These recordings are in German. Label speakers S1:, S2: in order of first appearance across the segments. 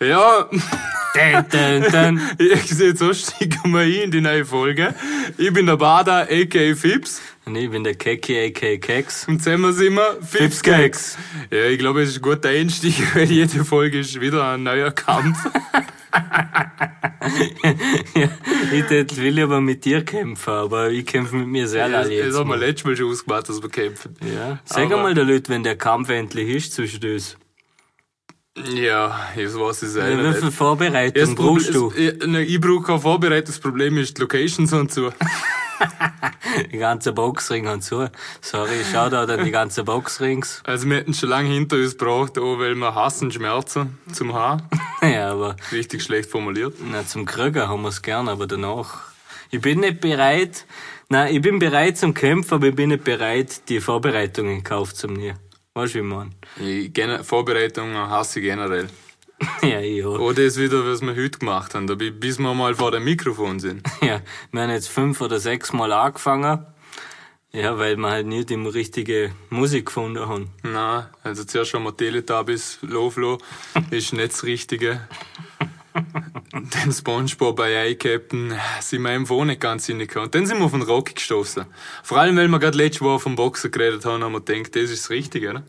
S1: Ja,
S2: Dun, Äh, dun, dun.
S1: ich sehe sonst steigen wir ein in die neue Folge. Ich bin der Bada, a.k.a. Fips.
S2: Und ich bin der Keki, a.k.a. Keks.
S1: Und zusammen sind wir
S2: Fips
S1: Fipscakes.
S2: Keks.
S1: Ja, ich glaube, es ist ein guter Einstieg, weil jede Folge ist wieder ein neuer Kampf.
S2: Ich tät- will aber mit dir kämpfen, aber ich kämpfe mit mir selber
S1: Das,
S2: jetzt.
S1: das haben wir
S2: mal.
S1: letztes Mal schon ausgemacht, dass wir kämpfen.
S2: Ja. Sag
S1: Aber-
S2: einmal der Leute, wenn der Kampf endlich ist zwischen uns.
S1: Ja, jetzt weiß ich es
S2: Wie
S1: eigentlich
S2: viel
S1: nicht.
S2: Vorbereitung
S1: Das
S2: brauchst
S1: Problem-
S2: du?
S1: es- ich- nein, Ich brauche keine Vorbereitung, das Problem ist die Locations und so.
S2: Die ganze Boxring und so. Sorry, schau da die ganzen Boxrings.
S1: Also wir hätten schon lange hinter uns gebracht, auch weil wir hassen Schmerzen zum Haar.
S2: Ja, aber
S1: Richtig schlecht formuliert.
S2: na, zum Krüger haben wir's gern, aber danach. Ich bin nicht bereit. Nein, ich bin bereit zum Kämpfen, aber ich bin nicht bereit, die Vorbereitungen in Kauf zu nehmen. Weißt du, wie ich mein?
S1: Ich- gener- Vorbereitungen hasse ich generell.
S2: Ja, ja.
S1: Oder ist Oh, wieder, was wir heute gemacht haben, da bi- bis wir mal vor dem Mikrofon sind.
S2: Ja, wir haben jetzt fünf oder sechs Mal angefangen. Ja, weil wir halt nicht die richtige Musik gefunden haben.
S1: Na, also zuerst schon mal Teletubbies, Loflo, ist nicht das Richtige. Dann Spongebob bei iCaptain sind wir im Wohnen ganz hingekommen. Und dann sind wir auf den Rock gestoßen. Vor allem, weil wir gerade letztes Mal vom Boxen geredet haben, haben wir gedacht, das ist das Richtige, ne?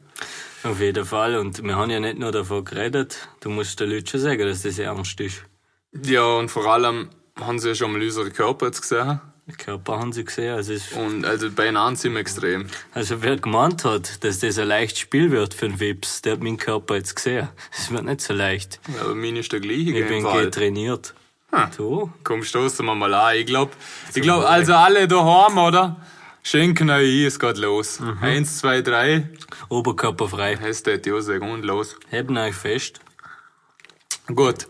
S1: oder?
S2: Auf jeden Fall. Und wir haben ja nicht nur davon geredet. Du musst den Leuten schon sagen, dass das ernst ist.
S1: Ja, und vor allem haben sie ja schon mal unsere Körper jetzt gesehen.
S2: Den Körper haben sie gesehen. Also, es,
S1: Und also beieinander sind wir extrem.
S2: also wer gemeint hat, dass das ein leichtes Spiel wird für den Wips, der hat meinen Körper jetzt gesehen. Es wird nicht so leicht.
S1: Aber meine ist der gleiche
S2: Ich bin getrainiert.
S1: Hm.
S2: Du?
S1: Komm, stoßen wir mal an. Ich glaub, ich glaub, also alle daheim, oder? Schenken euch ein, es geht los.
S2: Mhm.
S1: Eins, zwei, drei.
S2: Oberkörperfrei.
S1: Es tät ich auch sagen. Und los.
S2: Heben euch fest.
S1: Gut.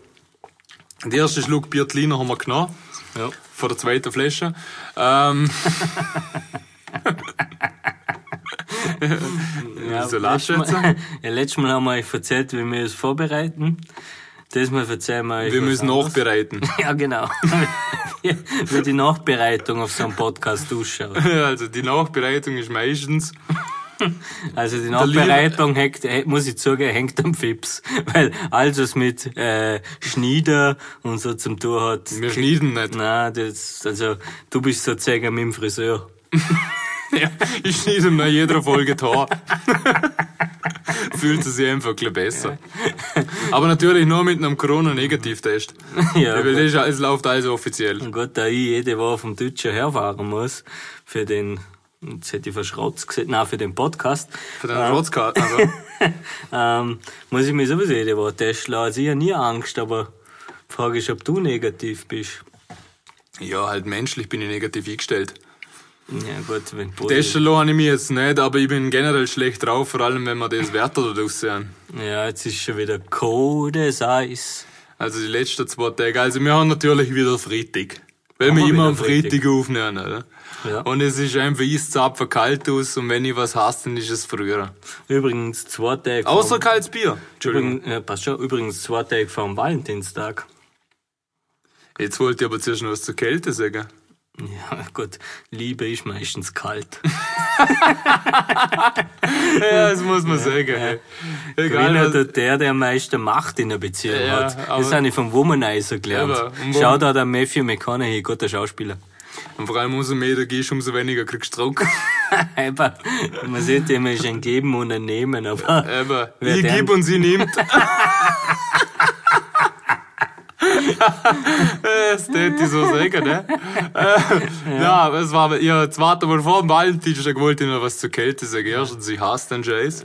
S1: Den ersten Schluck Biertliner haben wir genommen.
S2: Ja.
S1: Von der zweiten Flasche. Ähm,
S2: Ja,
S1: Wieso lachst du
S2: letztes
S1: jetzt so?
S2: Mal- ja, letztes Mal haben wir euch erzählt, wie wir es vorbereiten. Das Mal erzählen wir euch.
S1: wir
S2: was
S1: müssen
S2: anderes.
S1: nachbereiten.
S2: Ja, genau. wie, wie die Nachbereitung auf so einem Podcast ausschaut.
S1: Also, die Nachbereitung ist meistens,
S2: Also die Nachbereitung hängt, hä- muss ich zugeben, hängt am Fips. Weil alles, was mit äh, Schnieder und so zum tun hat,
S1: wir schneiden nicht.
S2: na das, also du bist sozusagen mit dem Friseur.
S1: Ja, ich schneide ihm nach jeder Folge die Haare. Fühlt es sich einfach ein bisschen besser. Aber natürlich nur mit einem Corona-Negativ-Test.
S2: ja,
S1: Weil
S2: gut.
S1: das ist, es läuft alles offiziell.
S2: Und gut, da ich jede Woche vom Deutschen herfahren muss, für den, jetzt hätte ich verschrotzt gesagt, nein, für den Podcast,
S1: Für den Rotzkarten. Also,
S2: ähm, muss ich mich sowieso jede Woche testen lassen. Also ich habe nie Angst, aber die Frage ist, ob du negativ bist.
S1: ja, halt menschlich bin ich negativ eingestellt.
S2: Ja gut, wenn du
S1: Testen lassen habe ich mich jetzt nicht, aber ich bin generell schlecht drauf, vor allem wenn wir das Wetter da sehen.
S2: Ja, jetzt ist schon wieder kaltes Eis.
S1: Also die letzten zwei Tage. Also wir haben natürlich wieder Freitag. Weil
S2: Haben
S1: wir immer
S2: wir wieder
S1: am Freitag,
S2: Freitag.
S1: aufnehmen, oder?
S2: Ja.
S1: Und es ist einfach eiszapfen kalt aus und wenn ich was hasse, dann ist es früher.
S2: Übrigens zwei Tage
S1: Außer kaltes Bier. Entschuldigung.
S2: übrigens, ja, passt schon, übrigens zwei Tage vor dem Valentinstag.
S1: Jetzt wollte ich aber zuerst noch was zur Kälte sagen.
S2: Ja gut, Liebe ist meistens kalt.
S1: Ja, das muss man sagen. hey.
S2: Gewinner
S1: Egal, also. was,
S2: der, der, der am meisten Macht in der Beziehung
S1: Ja,
S2: hat.
S1: aber-
S2: Das habe ich vom Womanizer gelernt.
S1: Aber, und wo-
S2: Schau da der Matthew McConaughey, guter Schauspieler.
S1: und vor allem umso mehr du gehst, umso weniger kriegst du Druck.
S2: Eben, man sieht immer, es ist ein Geben und ein Nehmen, aber
S1: Aber
S2: Wer
S1: ich
S2: denn?
S1: gib und sie nimmt. das tät ich so sagen, ne? Äh, ja, es war, ja, jetzt warte mal vor dem Valentinstag wollte ich noch was zur Kälte sagen. Erstens, ich hasse den Scheiß.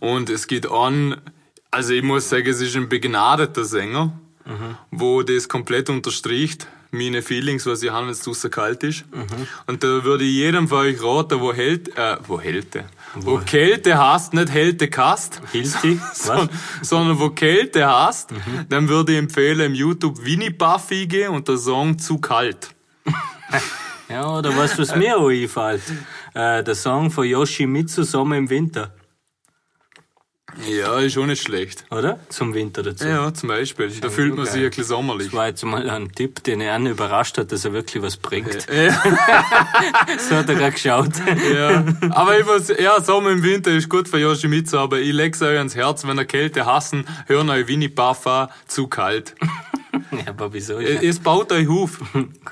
S1: Und es geht an, also ich muss sagen, es ist ein begnadeter Sänger, wo das komplett unterstricht, meine Feelings, was ich habe, wenn es draußen kalt ist. Und da würde ich jedem von euch raten, wo hält, äh, wo hält, wo Kälte hast, nicht Kälte kast,
S2: Hilti, was?
S1: sondern, sondern wo Kälte hast, dann würde ich empfehlen, im YouTube Winnie Buff eingehen und der Song zu kalt.
S2: Ja, oder was, was mir auch einfällt. Äh, der Song von Yoshimitsu, Sommer im Winter.
S1: Ja, ist auch nicht schlecht.
S2: oder? Zum Winter dazu.
S1: Ja, zum Beispiel. Da fühlt man sich ein bisschen sommerlich.
S2: Das war jetzt mal ein Tipp, den er einen überrascht hat, dass er wirklich was bringt. so hat er gerade geschaut.
S1: Ja, aber ich muss, ja, Sommer im Winter ist gut für Yoshimitsu, aber ich leg's euch ans Herz, wenn ihr Kälte hassen, hören euch Winnie Buffer zu kalt.
S2: Ja, aber wieso?
S1: Es,
S2: Ist,
S1: es baut euch auf.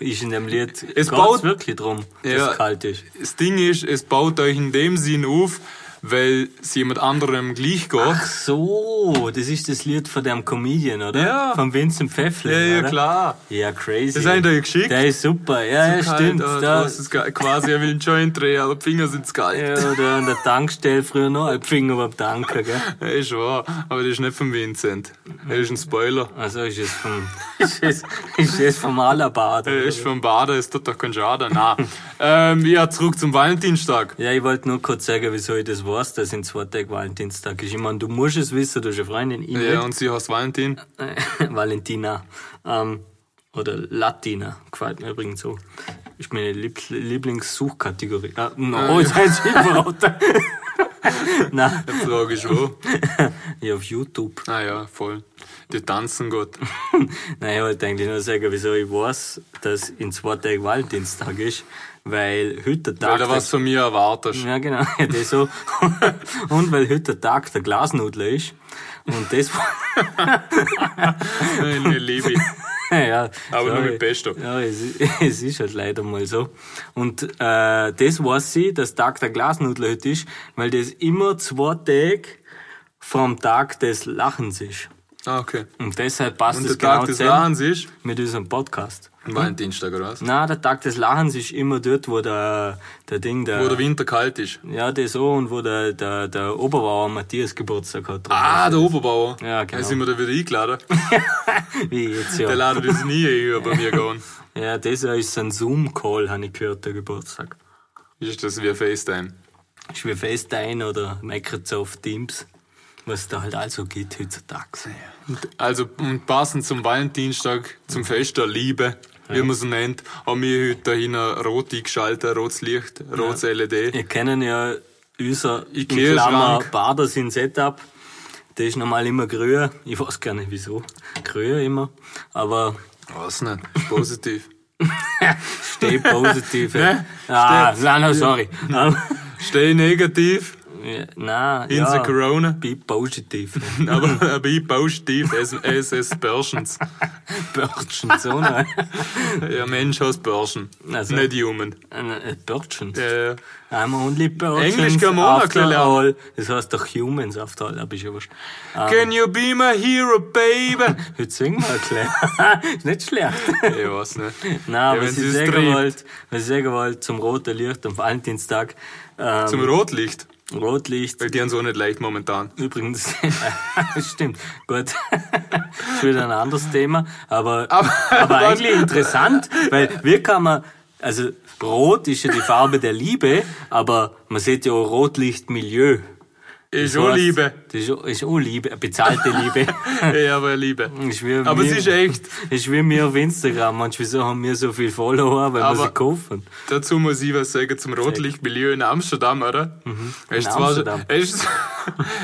S2: ist in dem Lied
S1: Es
S2: es
S1: baut-
S2: wirklich drum, dass
S1: Ja.
S2: es kalt ist.
S1: Das Ding ist, es baut euch in dem Sinn auf, weil es jemand anderem gleich geht.
S2: Ach so, das ist das Lied von dem Comedian, oder?
S1: Ja.
S2: Von Vincent Pfeffling,
S1: Ja, ja,
S2: oder?
S1: klar.
S2: Ja, crazy.
S1: Das habe ich dir geschickt.
S2: Der ist super, ja, ja
S1: Kalt,
S2: stimmt.
S1: ah,
S2: Da,
S1: das ist geil. quasi, er will einen Joint drehen, aber die Finger sind's kalt.
S2: ja, da an der Tankstelle früher noch ein Finger beim Tanker, gell?
S1: Ja. Ist wahr, aber das ist nicht von Vincent. Das ist ein Spoiler.
S2: Also ist es vom, ist es, ist es vom Alabad.
S1: Das ist vom Bader, es tut doch keinen Schaden. Nein. ähm, ja, zurück zum Valentinstag.
S2: Ja, ich wollte nur kurz sagen, wieso ich das weiß, dass in zwei Tagen Valentinstag ist. Ich meine, du musst es wissen, du hast eine Freundin, ich
S1: Ja,
S2: nicht. Äh,
S1: und sie heißt Valentin.
S2: Valentina. Ähm, oder Latina, gefällt mir übrigens so. Ist meine Lieb Lieblingssuchkategorie. Ah, no, jetzt heißt sie überhaupt. Nein,
S1: Frage ich wo.
S2: ja, auf YouTube.
S1: Ah ja, voll. Die tanzen gut.
S2: Nein, ich wollte eigentlich nur sagen, wieso ich weiß, dass in zwei Tagen Valentinstag ist, weil heute der Tag.
S1: Weil da
S2: der-
S1: was von mir erwartest.
S2: Ja, genau, ja, das so. Und weil heute der Tag der Glasnudler ist. Und das
S1: Meine Liebe.
S2: ja,
S1: Aber nur
S2: sorry.
S1: mit Pesto.
S2: Ja, es, i- es ist halt leider mal so. Und äh, das weiß ich, dass Tag der Glasnudler heute ist, weil das immer zwei Tage vom Tag des Lachens ist.
S1: Ah, okay.
S2: Und deshalb passt
S1: Und
S2: es
S1: der
S2: genau Hm?
S1: Tag des
S2: zusammen
S1: Lahns ist
S2: mit unserem Podcast.
S1: Valentinstag, oder was?
S2: Na, der Tag des Lachens ist immer dort, wo der, der Ding, der,
S1: Wo der Winter kalt ist.
S2: ja, der so und wo der, der, der Oberbauer Matthias Geburtstag hat.
S1: Ah, der Oberbauer.
S2: Ja, genau.
S1: Da sind wir da wieder eingeladen.
S2: Wie jetzt
S1: Der
S2: ja.
S1: ladet uns nie ein, bei mir gehen.
S2: Ja, das ist ein Zoom-Call, habe ich gehört, der Geburtstag.
S1: Ist das wie FaceTime?
S2: Ist wie FaceTime oder Microsoft Teams, was es da halt also gibt heutzutage.
S1: Also, und passend zum Valentinstag, zum Fest der Liebe, wie man es nennt, haben wir heute dahin ein rot eingeschaltet, rotes Licht, rotes E LED.
S2: Wir kennen ja unser in
S1: Ikea-Schrank.
S2: Klammer Baders in Setup. Der ist normal immer grün. Ich weiß gar nicht wieso. Grün immer. Aber
S1: Was nicht? Ist positiv.
S2: steh positiv.
S1: Ne?
S2: ah, nein, nein, sorry. Ähm,
S1: Steh negativ,
S2: ja, nein,
S1: in the
S2: ja,
S1: Corona.
S2: be positiv.
S1: Aber, aber ich positiv, SS Börschens.
S2: Börtchen, so nein.
S1: Ja, Mensch aus Börschen.
S2: Also.
S1: Nicht human.
S2: Börtchen.
S1: Äh,
S2: I'm only Börtchen.
S1: Englisch kann man auch noch
S2: after
S1: lernen.
S2: all. Das heißt doch Humans after all, aber ist ja wurscht. Ähm,
S1: Can you be my hero, baby?
S2: Heute singen wir ein klein. ist nicht schlecht.
S1: ich weiß nicht. Ja,
S2: Nein, was,
S1: wenn's
S2: ich
S1: uns
S2: sagen
S1: treibt.
S2: wollte, was ich sagen wollte zum roten Licht am Valentinstag. Ähm,
S1: Zum Rotlicht.
S2: Rotlicht.
S1: Weil die haben es auch nicht leicht momentan.
S2: Übrigens, stimmt, gut. ist wieder ein anderes Thema, aber, aber, eigentlich interessant, weil wir kann man, also rot ist ja die Farbe der Liebe, aber man sieht ja auch Rotlichtmilieu.
S1: Ist auch
S2: heißt,
S1: Liebe.
S2: Das ist, auch- ist auch Liebe, bezahlte Liebe.
S1: Ja, aber Liebe.
S2: Ich will
S1: Aber
S2: mir,
S1: es ist echt.
S2: Ich will mir auf Instagram. Manch, wieso haben wir so viele Follower, weil wir
S1: Aber-
S2: sie kaufen?
S1: Dazu muss ich was sagen zum Rotlichtmilieu in Amsterdam, oder? Es
S2: Mhm. In
S1: ist zwar-
S2: Amsterdam.
S1: es ist-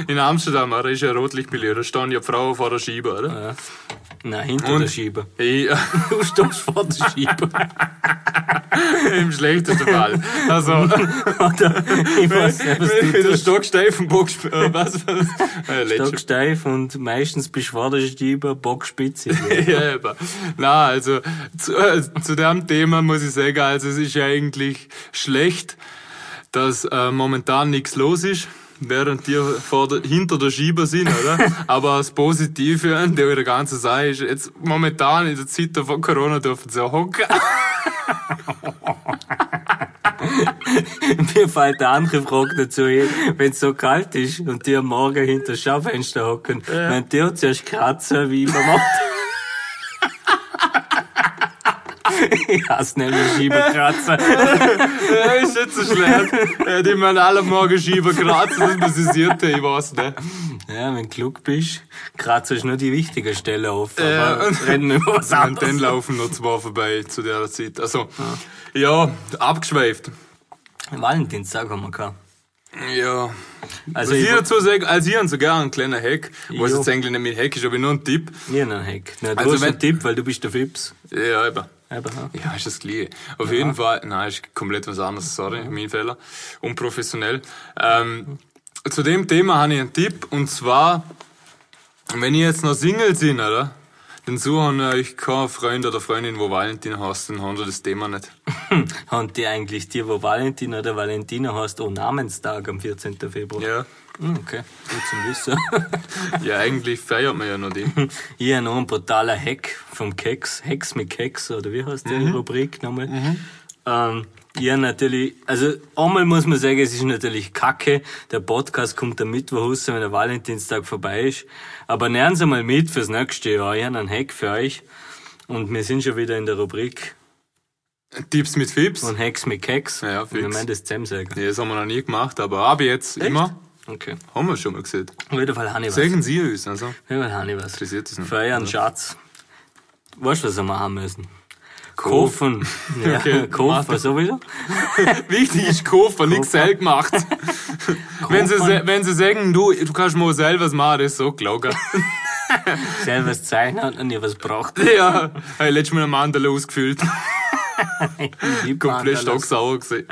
S1: in Amsterdam, oder? Ist ja ein Rotlichtmilieu. Da stehen ja Frauen vor der Scheibe, oder?
S2: Nein, hinter der Schieber.
S1: Ich,
S2: Du stehst vor der Schieber.
S1: Im schlechtesten Fall. Also,
S2: Oder ich weiß nicht, was du
S1: der Stock steif und Bock, sp- äh, was, was, äh, letzte
S2: Stock steif und meistens bist du vor der Schieber, Bockspitze.
S1: ja, aber, na, also zu, äh, zu dem Thema muss ich sagen, also es ist ja eigentlich schlecht, dass äh, momentan nichts los ist, während die vor der, hinter der Schieber sind, oder? aber das Positive an der ganzen Sache ist, jetzt momentan in der Zeit von Corona dürfen sie auch hocken.
S2: Mir fällt eine andere Frage dazu ein. Wenn es so kalt ist und die am Morgen hinter das Schaufenster hocken, wenn die auch zuerst kratzen, wie immer macht. ich hasse nämlich Schieberkratzer.
S1: Ja, ist nicht so schlecht. Ja, die man alle Morgen Schieber kratzen, das muss ich sehen, ich weiß nicht.
S2: Ja, wenn du klug bist, kratzt euch nur die wichtigen Stellen auf.
S1: Ja,
S2: Aber
S1: und-
S2: reden über was
S1: Und dann
S2: anderes.
S1: laufen noch zwei vorbei zu der Zeit. Also, ja, abgeschweift.
S2: Valentinstag haben wir gehabt.
S1: Ja.
S2: Also
S1: Was ich
S2: ich,
S1: dazu sage, als ich habe sogar einen kleinen Hack, was
S2: Jo.
S1: jetzt eigentlich nicht mein Hack ist, aber nur ein Tipp.
S2: nie einen Hack. Na, du
S1: Also
S2: hast
S1: wenn-
S2: einen Tipp, weil du bist der Fips.
S1: Ja, eben.
S2: Aber, ja.
S1: Ja, ist das gleiche. Auf jeden Fall, nein, ist komplett was anderes, sorry, mein Fehler. Unprofessionell. Ähm, zu dem Thema habe ich einen Tipp, und zwar, wenn ihr jetzt noch Single sind, oder? Dann suchen euch keinen Freund oder Freundin, wo Valentin heißt, dann haben sie das Thema nicht.
S2: Und die eigentlich dir, wo Valentin oder Valentina hast, oh Namenstag am 14. Februar.
S1: Ja.
S2: Hm, Okay, gut zum Wissen.
S1: Ja, eigentlich feiert man ja noch die.
S2: Hier noch ein brutaler Hack vom Keks. Hex mit Keks, oder wie heißt die
S1: Mhm.
S2: Rubrik nochmal? Ähm, ja, natürlich, also einmal muss man sagen, es ist natürlich kacke. Der Podcast kommt am Mittwoch raus, wenn der Valentinstag vorbei ist. Aber nehmen Sie mal mit fürs nächste Jahr. Ich habe einen Hack für euch. Und wir sind schon wieder in der Rubrik
S1: Tipps mit Fips.
S2: von Hacks mit Keks.
S1: Ja, fix.
S2: Und ich meine das zusammensagen.
S1: Nee, das haben wir noch nie gemacht, aber ab jetzt immer.
S2: Okay.
S1: Haben wir schon mal gesehen.
S2: Auf jeden Fall habe ich was. Auf
S1: Sagen Sie uns, also.
S2: jeden Fall habe ich was.
S1: Interessiert es nicht.
S2: Für euren Schatz. Weißt du, was wir machen müssen?
S1: Kauf.
S2: Kaufen. Ja,
S1: Okay,
S2: kaufen sowieso.
S1: Wichtig ist kaufen, nichts selber gemacht. wenn, sie, se- wenn sie sagen, du, du kannst mal selber was machen, das ist so gelogen.
S2: Selber was zeichnen und ihr was braucht.
S1: ja, hab ich letztes Mal einen Mandel ausgefüllt.
S2: Liebt man
S1: Komplett
S2: alles.
S1: stocksauer gewesen.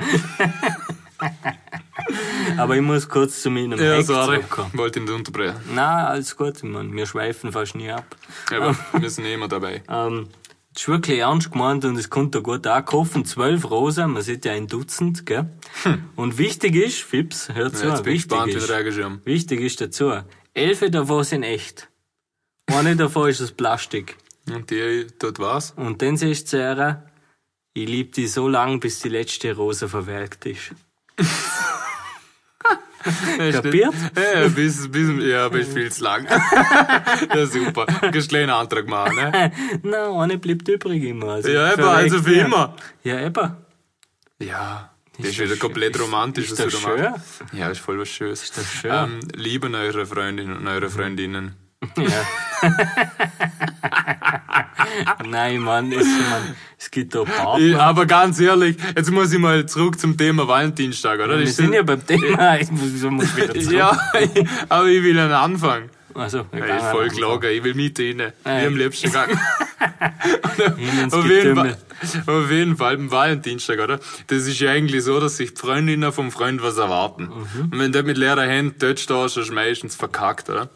S2: Aber ich muss kurz zu meinem
S1: Ja,
S2: Hack
S1: sorry.
S2: zurückkommen.
S1: Wollte ihn nicht unterbrechen.
S2: Na, alles gut, ich mein, wir schweifen fast nie ab.
S1: Aber wir sind eh immer dabei.
S2: Ähm, das ist wirklich ernst gemeint und es kommt da gut an. Kaufen zwölf Rosen, man sieht ja ein Dutzend, gell? Und wichtig ist, Fips, hör zu,
S1: Hm. Ja, jetzt bin ich
S2: wichtig
S1: gespannt, wie
S2: ist.
S1: der Regenschirm.
S2: Wichtig ist dazu, elf davon sind echt. Eine davon ist aus Plastik.
S1: Und die tut was?
S2: Und dann siehst du zu ihr, ich liebe dich so lang, bis die letzte Rose verwelkt ist. Kapiert?
S1: Ja, bis, bis, ja, bis viel zu lang. ja, super. Kannst gleich einen Antrag machen, ne?
S2: Na, eine bleibt übrig immer. Also
S1: Ja, eben,
S2: verwelkt
S1: also wie
S2: wird.
S1: immer.
S2: Ja, eben.
S1: Ja. Das ist wieder komplett romantisch,
S2: ist
S1: was
S2: das
S1: du da
S2: schön?
S1: machst. Ja, ist voll was Schönes. Ist
S2: das schön?
S1: Ähm, lieben eure Freundinnen und eure Freundinnen.
S2: Ja. Ah, Nein, Mann, es, Mann, es gibt da ein paar.
S1: Ich, aber ganz ehrlich, jetzt muss ich mal zurück zum Thema Valentinstag, oder?
S2: Wir
S1: Das
S2: sind ja beim Thema. Ich muss, ich muss wieder
S1: ist-
S2: zurück.
S1: ja, aber ich will einen Anfang.
S2: Also, ich
S1: Ey, voll gelogen, ich will mit ihnen. Wie am liebsten gegangen.
S2: ins
S1: auf, jeden
S2: Getümmel.
S1: Fall, auf jeden Fall am Valentinstag, oder? Das ist ja eigentlich so, dass sich die Freundinnen vom Freund was erwarten.
S2: Mhm.
S1: Und wenn du mit leerer Hand dort stehst, ist meistens verkackt, oder?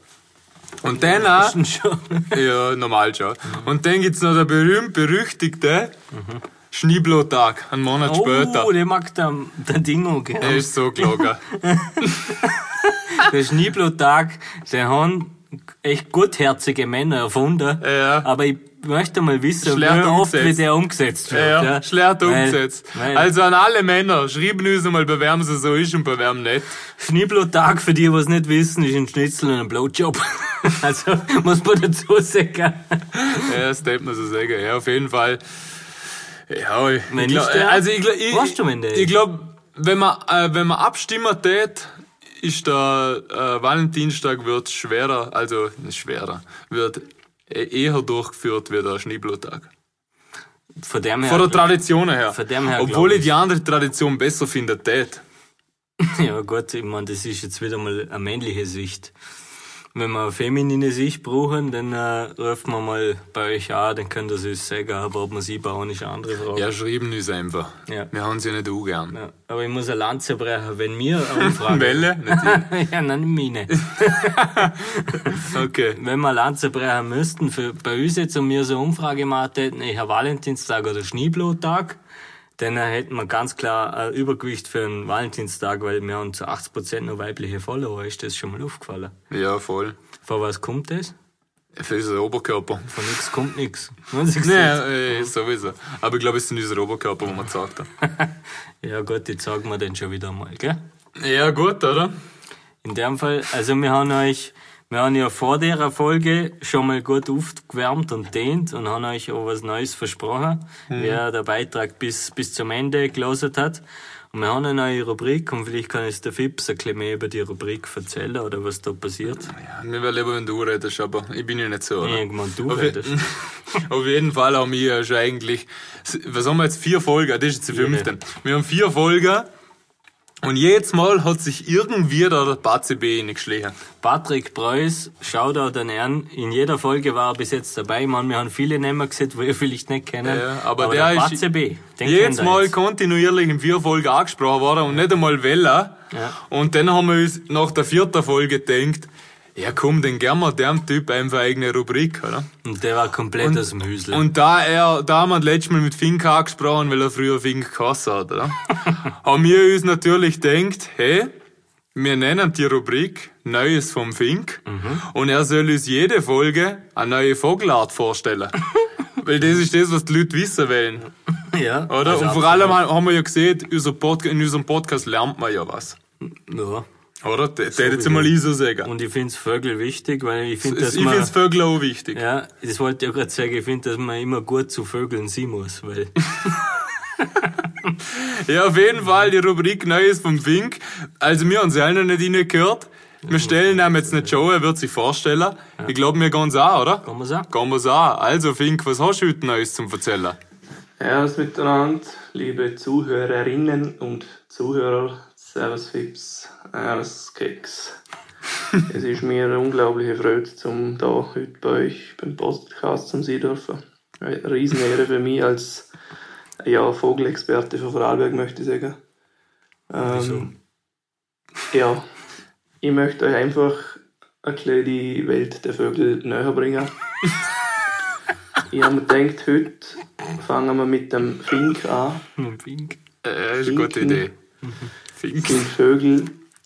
S1: Und dann auch,
S2: schon.
S1: ja, normal schon.
S2: Mhm.
S1: Und dann gibt's noch den berühmt-berüchtigte Schneeblotag, einen Monat später.
S2: Oh, der mag der, der Dingo gell?
S1: Der ist so gelogen.
S2: Der Schneeblutag, den haben echt gutherzige Männer erfunden.
S1: Ja.
S2: Aber ich möchte mal wissen, wie
S1: Schlecht
S2: oft
S1: umgesetzt.
S2: wie der umgesetzt wird.
S1: Ja,
S2: ja.
S1: schlecht
S2: Weil-
S1: umgesetzt.
S2: weil-
S1: Also an alle Männer, schreiben uns mal, bewerben sie so ist und bewerben nicht.
S2: Schneeblutag, für die, was nicht wissen, ist ein Schnitzel und ein Blowjob. Also, muss man dazu sagen.
S1: Ja, das darf man so sagen. Ja, auf jeden Fall. Ja, ich
S2: Wenn
S1: glaub-
S2: ist der-
S1: also ich, gl- ich,
S2: Weißt du, wenn der
S1: ich
S2: ist?
S1: glaube, wenn man, äh, wenn man abstimmen tät, ist der äh, Valentinstag wird schwerer, also nicht schwerer, wird e- eher durchgeführt wie der Schneebluttag.
S2: Von dem her.
S1: Von der Tradition her.
S2: Von dem her
S1: Obwohl
S2: glaub
S1: ich die andere Tradition besser finde tät.
S2: ja, gut, ich meine, das ist jetzt wieder mal eine männliche Sicht. Wenn wir eine feminine Sicht brauchen, dann äh, rufen wir mal bei euch an, dann könnt ihr es uns sagen, aber ob wir sie bauen, ist eine andere Frage.
S1: Ja, schreiben uns einfach.
S2: Ja.
S1: Wir haben sie nicht ungern.
S2: Ja, aber ich muss eine Lanze brechen, wenn mir eine Umfrage.
S1: Welle? Nicht
S2: ja, nein, meine.
S1: ich. Okay.
S2: Wenn wir eine Lanze brechen müssten, für, bei uns jetzt und mir so eine Umfrage gemacht hätten, ich habe Valentinstag oder Schneeblottag, dann hätten wir ganz klar ein Übergewicht für einen Valentinstag, weil wir haben zu 80% nur weibliche Follower, ist das schon mal aufgefallen.
S1: Ja, voll.
S2: Von was kommt das?
S1: Für unseren Oberkörper.
S2: Von nichts kommt nichts. Ja.
S1: Ja, äh, sowieso. Aber ich glaube, es sind unsere Oberkörper, wo man gesagt haben.
S2: ja gut, jetzt sagen wir den schon wieder mal, gell?
S1: Ja, gut, oder?
S2: In dem Fall, also wir haben euch, wir haben ja vor der Folge schon mal gut aufgewärmt und dehnt und haben euch auch was Neues versprochen,
S1: Mhm.
S2: wer der Beitrag bis, bis zum Ende gelesen hat. Und wir haben eine neue Rubrik und vielleicht kann es der Fips ein bisschen mehr über die Rubrik erzählen oder was da passiert.
S1: Ja, mir wäre lieber, wenn du redest, aber ich bin ja nicht so, oder?
S2: Irgendwann du
S1: Auf,
S2: redest.
S1: auf jeden Fall haben wir ja schon eigentlich, was haben wir jetzt, vier Folgen, das ist jetzt die fünfte. Wir haben vier Folgen Und jedes Mal hat sich irgendwie der Bazi B reingeschlichen.
S2: Patrick Preuß, Shoutout an ihn. In jeder Folge war er bis jetzt dabei. Man, wir haben viele Namen gesehen, die ihr vielleicht nicht kennen.
S1: Ja, aber der ist-
S2: Bazi B, den kennt
S1: Jedes
S2: ihr
S1: Mal
S2: jetzt.
S1: kontinuierlich in vier Folgen angesprochen worden und nicht einmal Welle.
S2: Ja.
S1: Und dann haben wir uns nach der vierten Folge gedacht, ja komm, den gern wir dem Typ einfach eine eigene Rubrik, oder?
S2: Und der war komplett aus dem Hüsel.
S1: Und da er, da haben wir letztes Mal mit Fink angesprochen, weil er früher Fink gehasst hat, oder? haben wir uns natürlich gedacht, hey, wir nennen die Rubrik Neues vom Fink
S2: Mhm.
S1: und er soll uns jede Folge eine neue Vogelart vorstellen. weil das ist das, was die Leute wissen wollen.
S2: ja,
S1: Oder?
S2: also
S1: und vor allem haben wir ja gesehen, unser Podca- in unserem Podcast lernt man ja was.
S2: Ja.
S1: Oder? Das hätte jetzt mal so sagen.
S2: Und ich finde Vögel wichtig, weil ich finde,
S1: Ich
S2: dass man.
S1: finde Vögel auch wichtig.
S2: Ja, das wollte ich ja gerade sagen. Ich finde, dass man immer gut zu Vögeln sein muss, weil.
S1: Ja, auf jeden Fall die Rubrik Neues vom Fink. Also wir haben sie alle noch nicht reingehört. Wir stellen ihm jetzt nicht Joe, er wird sich vorstellen. Ich glaube, wir gehen es an, oder?
S2: Kann man sagen?
S1: Gehen wir's an. Also Fink, was hast du heute Neues zum Erzählen?
S3: Servus miteinander, liebe Zuhörerinnen und Zuhörer. Servus Fips, Servus Keks. es ist mir eine unglaubliche Freude, zum da heute bei euch beim Podcast zu sein dürfen. Eine Riesenehre für mich als ja, Vogelexperte von Vorarlberg, möchte ich sagen. Ähm, ja, ich möchte euch einfach ein bisschen die Welt der Vögel näher bringen. ich habe mir gedacht, heute fangen wir mit dem Fink an.
S2: Mit dem Hm, Fink.
S1: Äh, ist eine gute
S3: Finken.
S1: Idee. Fink.
S3: sind Vögel,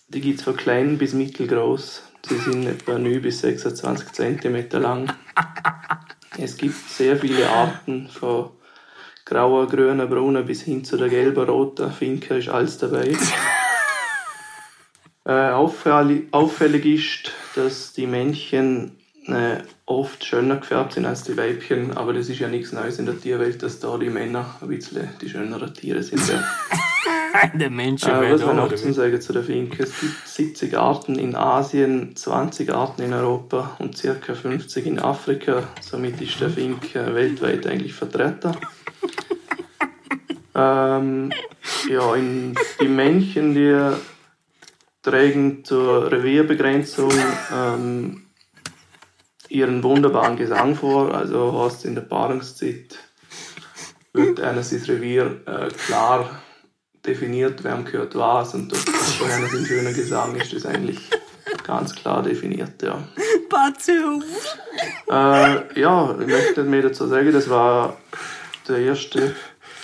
S3: die gibt es von klein bis mittelgroß. Sie sind etwa 9 bis 26 cm lang. Es gibt sehr viele Arten von grauer, grüner, brauner bis hin zu der gelben, roten Finke ist alles dabei. äh, auffällig, auffällig ist, dass die Männchen äh, oft schöner gefärbt sind als die Weibchen, aber das ist ja nichts Neues in der Tierwelt, dass da die Männer ein bisschen die schöneren Tiere sind. Ja.
S2: Der Mensch
S3: Äh,
S2: wird
S3: was man
S2: auch.
S3: noch
S2: oder
S3: zu
S2: wie?
S3: sagen zu der Finke? Es gibt 70 Arten in Asien, 20 Arten in Europa und ca. 50 in Afrika. Somit ist der Fink äh, weltweit eigentlich vertreten. ähm, ja, in, die Männchen, die tragen zur Revierbegrenzung ähm, ihren wunderbaren Gesang vor. Also heißt in der Paarungszeit wird eines das Revier äh, klar definiert, wer am gehört was und ob das schon einer ein schöner Gesang ist, ist eigentlich ganz klar definiert, ja.
S2: Batze.
S3: Äh, ja, ich möchte nicht mehr dazu sagen, das war der erste,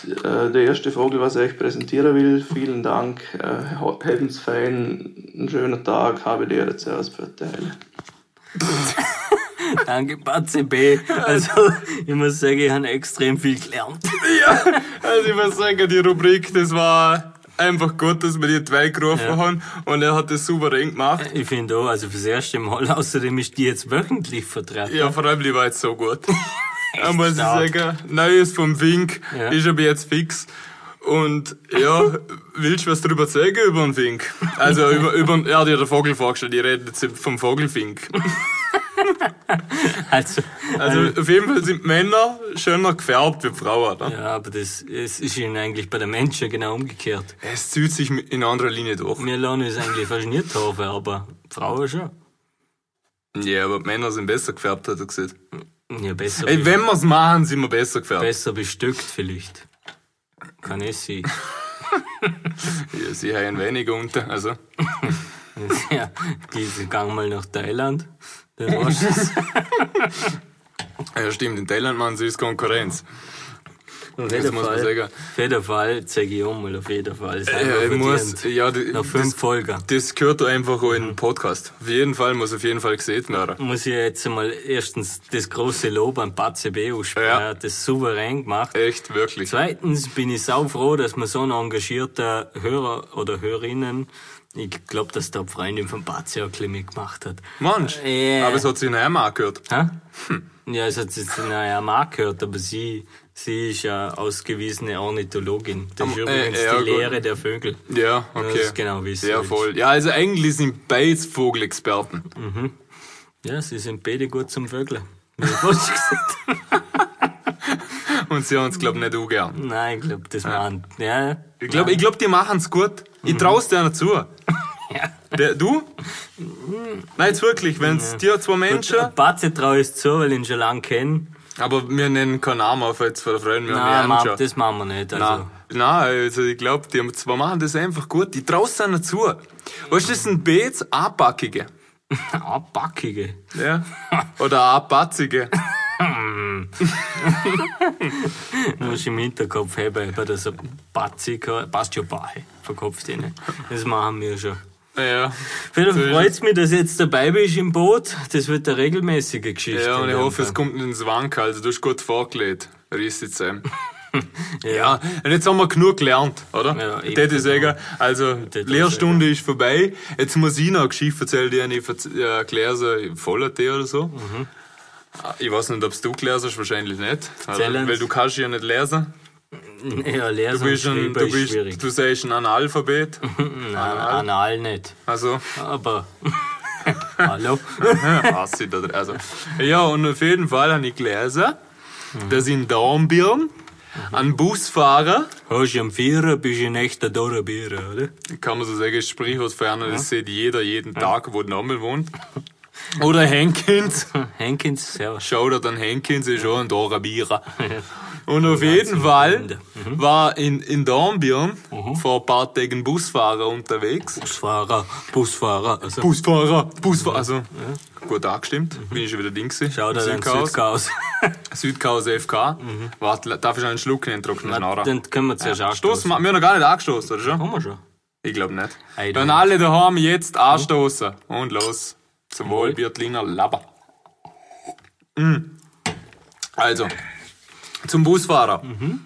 S3: äh, der erste Vogel, was ich euch präsentieren will. Vielen Dank, äh, Heavensfan, einen schönen Tag, habe dir jetzt erst verteilt.
S2: Danke, Batze B. Also, ich muss sagen, ich habe extrem viel gelernt.
S1: Also ich muss sagen, die Rubrik, das war einfach gut, dass wir die zwei gerufen
S2: Ja.
S1: haben und er hat das souverän gemacht.
S2: Ich finde auch, also fürs erste Mal, außerdem ist die jetzt wöchentlich vertreten.
S1: Ja, vor allem die war jetzt so gut. Da muss ich
S2: stark.
S1: sagen, Neues vom Fink
S2: Ja.
S1: ist aber jetzt fix. Und ja, willst du was drüber sagen über den Fink? Also über, über er hat ja den Vogel vorgestellt, ich rede jetzt vom Vogelfink.
S2: Also,
S1: Also auf jeden Fall sind Männer schöner gefärbt wie Frauen. Oder?
S2: ja, aber das, es ist ihnen eigentlich bei den Menschen genau umgekehrt.
S1: Es zieht sich in anderer Linie durch.
S2: Wir lernen uns eigentlich fast nicht taufen, aber Frauen schon.
S1: Ja, aber die Männer sind besser gefärbt, hat er gesagt.
S2: Ja, besser,
S1: Ey, wenn wir's machen, sind wir besser gefärbt.
S2: besser bestückt vielleicht. Kann ich sein.
S1: Ja, sie haben wenig unter. Also.
S2: Ja, die gang mal nach Thailand. Dann war's das.
S1: Ja, stimmt, in Thailand machen sie es Konkurrenz.
S2: Auf
S1: Das
S2: jeden
S1: muss man
S2: Fall.
S1: sagen.
S2: Auf jeden Fall zeige ich auch mal, auf jeden Fall. Das haben wir
S1: Ja, ich muss,
S2: verdient.
S1: ja, die-
S2: Nach fünf Folgen.
S1: Das gehört einfach auch in den Podcast. Auf jeden Fall muss auf jeden Fall gesehen werden.
S2: Muss ich jetzt mal erstens das große Lob an Patze B aussprechen.
S1: Ja.
S2: Er hat das souverän gemacht.
S1: Echt, wirklich.
S2: Zweitens bin ich sau froh, dass wir so einen engagierten Hörer oder Hörerinnen, ich glaube, dass der Freundin von Patze auch ein bisschen mitgemacht hat.
S1: Mensch,
S2: Ja.
S1: aber es hat sich in Heim angehört.
S2: Hä? Hm. Ja, es hat jetzt naja Mark gehört, aber sie, sie ist ja ausgewiesene Ornithologin. Das ist
S1: Am-
S2: übrigens
S1: äh, ja,
S2: die
S1: gut.
S2: Lehre der Vögel.
S1: Ja,
S2: das
S1: okay.
S2: ist genau, wie es
S1: Ja,
S2: ist.
S1: voll. Ja, also eigentlich sind beides Vogelexperten.
S2: Ja, sie sind beide gut zum Vögeln. Wie ich vorhin schon gesagt habe.
S1: Und sie haben es, glaube ich, nicht ungern. Äh.
S2: Nein, ich glaube, das waren. Ja,
S1: Ich glaube, ich glaub, die machen es gut.
S2: Mhm.
S1: Ich traust dir einer zu. Der, du? Nein, jetzt wirklich, wenn es dir zwei Menschen.
S2: Ein Batze traue ich zu, weil ich ihn schon lange kenne.
S1: Aber wir nennen keinen Namen auf jetzt von der Freundin, wir
S2: Nein,
S1: haben ihn
S2: Mann,
S1: schon.
S2: das machen wir nicht. Also.
S1: Nein, Ah, nein, also ich glaube, die haben- wir machen das einfach gut. Die traust dir einer zu. Weißt du, das sind Beets Anpackige.
S2: Ah, backige.
S1: Ja. Oder Anpatzige.
S2: Muss ich im Hinterkopf haben, weil das ein Batzig passt schon bei vom Kopf drin. Das machen wir schon.
S1: Ja.
S2: Philipp,
S1: ist
S2: freut's mich, dass du jetzt dabei bist im Boot. Das wird eine regelmäßige Geschichte.
S1: Ja, und ich
S2: in dem
S1: hoffe, es
S2: Fall.
S1: kommt nicht ins Wanken. Also, du hast gut vorgelegt. Riss jetzt ein.
S2: Ja.
S1: Ja, und jetzt haben wir genug gelernt, oder?
S2: Ja, eben,
S1: Tät ich
S2: genau.
S1: sagen, also
S2: ich
S1: Lehrstunde ist vorbei. Jetzt muss ich noch eine Geschichte erzählen, die ich verz- äh, erkläre, so im voller Tee oder so. Ah, Ich weiß nicht, ob du gelesen hast, wahrscheinlich nicht.
S2: Erzähl uns.
S1: Weil du kannst ja nicht lesen.
S2: ja Lesen
S1: Du bist,
S2: und
S1: ein,
S2: Schreiben
S1: du,
S2: ist
S1: bist
S2: schwierig.
S1: du sagst ein Analphabet.
S2: Nein, anal nicht.
S1: Also,
S2: Aber. Hallo?
S1: was ich da drin- also. Ja, und auf jeden Fall habe ich gelesen, dass in Dornbirn ein Busfahrer
S2: Hast du am Vierer, bist du ein echter Dorabierer, oder?
S1: kann man so sagen, ist Sprichwort für einen, das sieht jeder jeden Tag, wo der Name wohnt. Oder Henkins.
S2: Henkins, servus.
S1: Shoutout an Henkins, ist schon ein Dorabierer. Und auf jeden Fall war in, in Dornbirn vor ein paar Tagen ein Busfahrer unterwegs.
S2: Busfahrer, Busfahrer. Also,
S1: Busfahrer, Busfahrer, also gut angestimmt, bin ich schon wieder Dings.
S2: schau dir den
S1: Südchaos, Mhm.
S2: Südchaos.
S1: Südchaos FK. Warte, darf ich noch einen Schluck nehmen, trockenen Schnorrer?
S2: Den können wir zuerst
S1: Stoß,
S2: anstoßen.
S1: wir haben noch gar nicht angestoßen, oder schon?
S2: Haben wir schon.
S1: Ich glaube nicht.
S2: I don't
S1: Dann alle daheim jetzt anstoßen. Und los. Zum Wohl, Biertliner Laber. Mm. Also, zum Busfahrer.
S2: Mhm.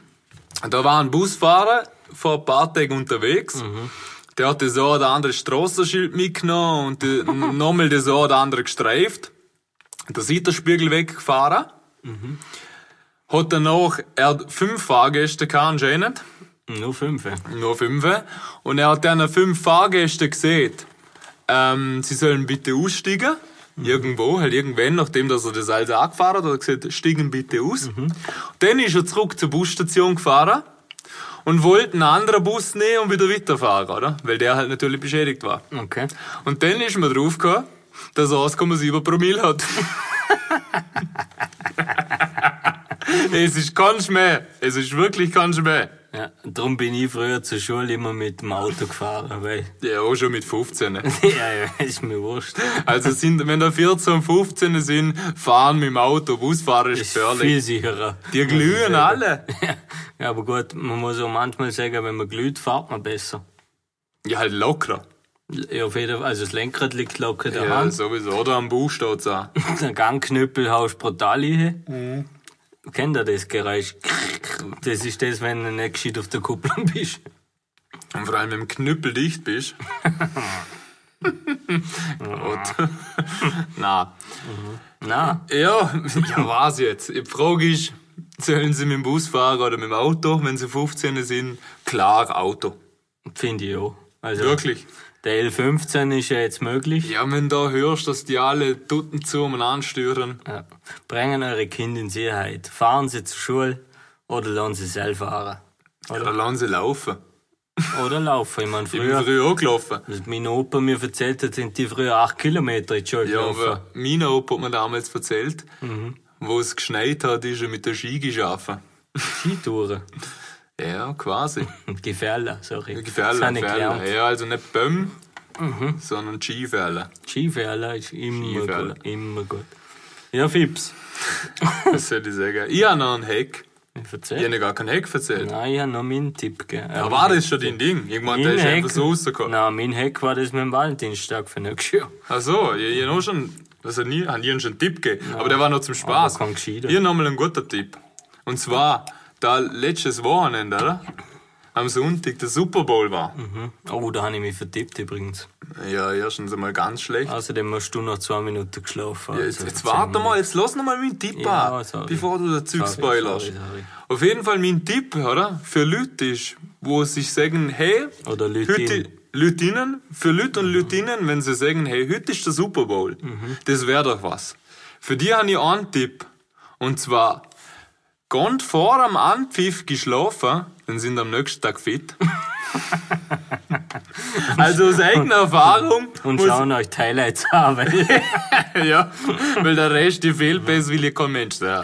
S1: Da war ein Busfahrer vor ein paar Tagen unterwegs.
S2: Mhm.
S1: Der hat das eine oder andere Strassenschild mitgenommen und die- nochmal das eine oder andere gestreift. Der Seitenspiegel weggefahren.
S2: Mhm.
S1: Hat danach er hat fünf Fahrgäste gehabt anscheinend.
S2: Nur fünf. ja.
S1: Nur fünf. Und er hat dann fünf Fahrgäste gesehen. Ähm, sie sollen bitte aussteigen. Irgendwo, halt irgendwann, nachdem dass er das alles angefahren hat, hat er gesagt, steigen bitte aus. Dann ist er zurück zur Busstation gefahren und wollte einen anderen Bus nehmen und wieder weiterfahren, oder? Weil der halt natürlich beschädigt war.
S2: Okay.
S1: Und dann ist mir draufgekommen, dass er 1,7 Promille hat. es ist kein Schmäh. Es ist wirklich kein Schmäh.
S2: Ja, darum bin ich früher zur Schule immer mit dem Auto gefahren, weil.
S1: Ja, auch schon mit 15.
S2: ja, ja, ist mir wurscht.
S1: Also sind, wenn da 14 und 15 sind, fahren mit dem Auto, Busfahren ist
S2: Ist
S1: gefährlich.
S2: viel sicherer.
S1: Die glühen alle.
S2: Ja, aber gut, man muss auch manchmal sagen, wenn man glüht, fährt man besser.
S1: Ja, halt locker.
S2: Ja, auf jeden Fall. Also das Lenkrad liegt locker in der
S1: Ja,
S2: Hand.
S1: sowieso. Oder am Buch steht's auch.
S2: Der Gangknüppel haust brutal hin.
S1: Mhm.
S2: Kennt ihr das Geräusch? Das ist das, wenn du nicht gescheit auf der Kupplung bist.
S1: Und vor allem, wenn du Knüppel dicht bist. Gott. Na.
S2: Na,
S1: Ja, ja, war's jetzt. Die Frage ist, sollen sie mit dem Bus fahren oder mit dem Auto, wenn sie 15 sind? Klar, Auto.
S2: finde ich auch. Also
S1: Wirklich.
S2: der L15 ist ja jetzt möglich.
S1: Ja, wenn du da hörst, dass die alle Tutten zu und anstören.
S2: Ja. Bringen eure Kinder in Sicherheit. Fahren sie zur Schule oder lassen sie selber fahren.
S1: Ja, dann lassen sie laufen.
S2: Oder laufen. Ich meine,
S1: Ich bin
S2: früher,
S1: früher auch gelaufen.
S2: was mein Opa mir erzählt hat, sind die früher 8 Kilometer in die Schule
S1: Ja,
S2: gelaufen.
S1: aber mein Opa hat mir damals erzählt, wo es geschneit hat, ist er mit der Ski geschaffen.
S2: Skitouren.
S1: Ja, quasi.
S2: Gefährler, sorry.
S1: Gefährlich.
S2: Das habe
S1: Gefährlich.
S2: ich gelernt. Mhm.
S1: Ja, also nicht Böhm, sondern Skifälle.
S2: Skifährler ist immer
S1: Skifährler.
S2: gut. Immer gut. Ja, Fips.
S1: Das soll ich sagen. Ich habe noch einen Hack. Ich
S2: Erzähl.
S1: habe gar keinen Hack erzählt.
S2: Nein, ich habe noch meinen Tipp gegeben.
S1: ne. Aber war das schon dein Ding? Irgendwann der ist einfach so rausgekommen.
S2: Nein, mein Hack war das mit dem Valentinstag für nächstes Jahr.
S1: Ach so, ich, ich habe noch schon, also nie, hab nie schon einen Tipp gegeben, aber der war noch zum Spaß.
S2: aber kein gescheiter.
S1: Hier nochmal ein guter Tipp. Und zwar, da letztes Wochenende, oder? Am Sonntag der Super Bowl war.
S2: Oh, da habe ich mich vertippt übrigens.
S1: Ja, erstens einmal ganz schlecht.
S2: Außerdem hast du noch zwei Minuten geschlafen.
S1: Ja, jetzt,
S2: also
S1: jetzt
S2: Ah, zehn
S1: warte
S2: Minuten.
S1: mal, jetzt lass noch mal meinen Tipp
S2: Ja,
S1: an,
S2: sorry.
S1: bevor du den Zeug
S2: Sorry,
S1: spoilerst.
S2: sorry, sorry.
S1: Auf jeden Fall mein Tipp, oder? Für Leute ist, wo sich sagen, hey,
S2: Oder Mhm. Leute
S1: heute, Leutinnen, für Leute und Leutinnen, wenn sie sagen, hey, heute ist der Super Bowl,
S2: Mhm.
S1: das wäre doch was. Für die habe ich einen Tipp. Und zwar, Gond vor am Anpfiff geschlafen, dann sind am nächsten Tag fit. Also aus eigener Erfahrung.
S2: Und
S1: muss-
S2: schauen euch Highlights an, weil
S1: ja, weil der Rest, die Fehlpässe will ja kein Mensch sehen.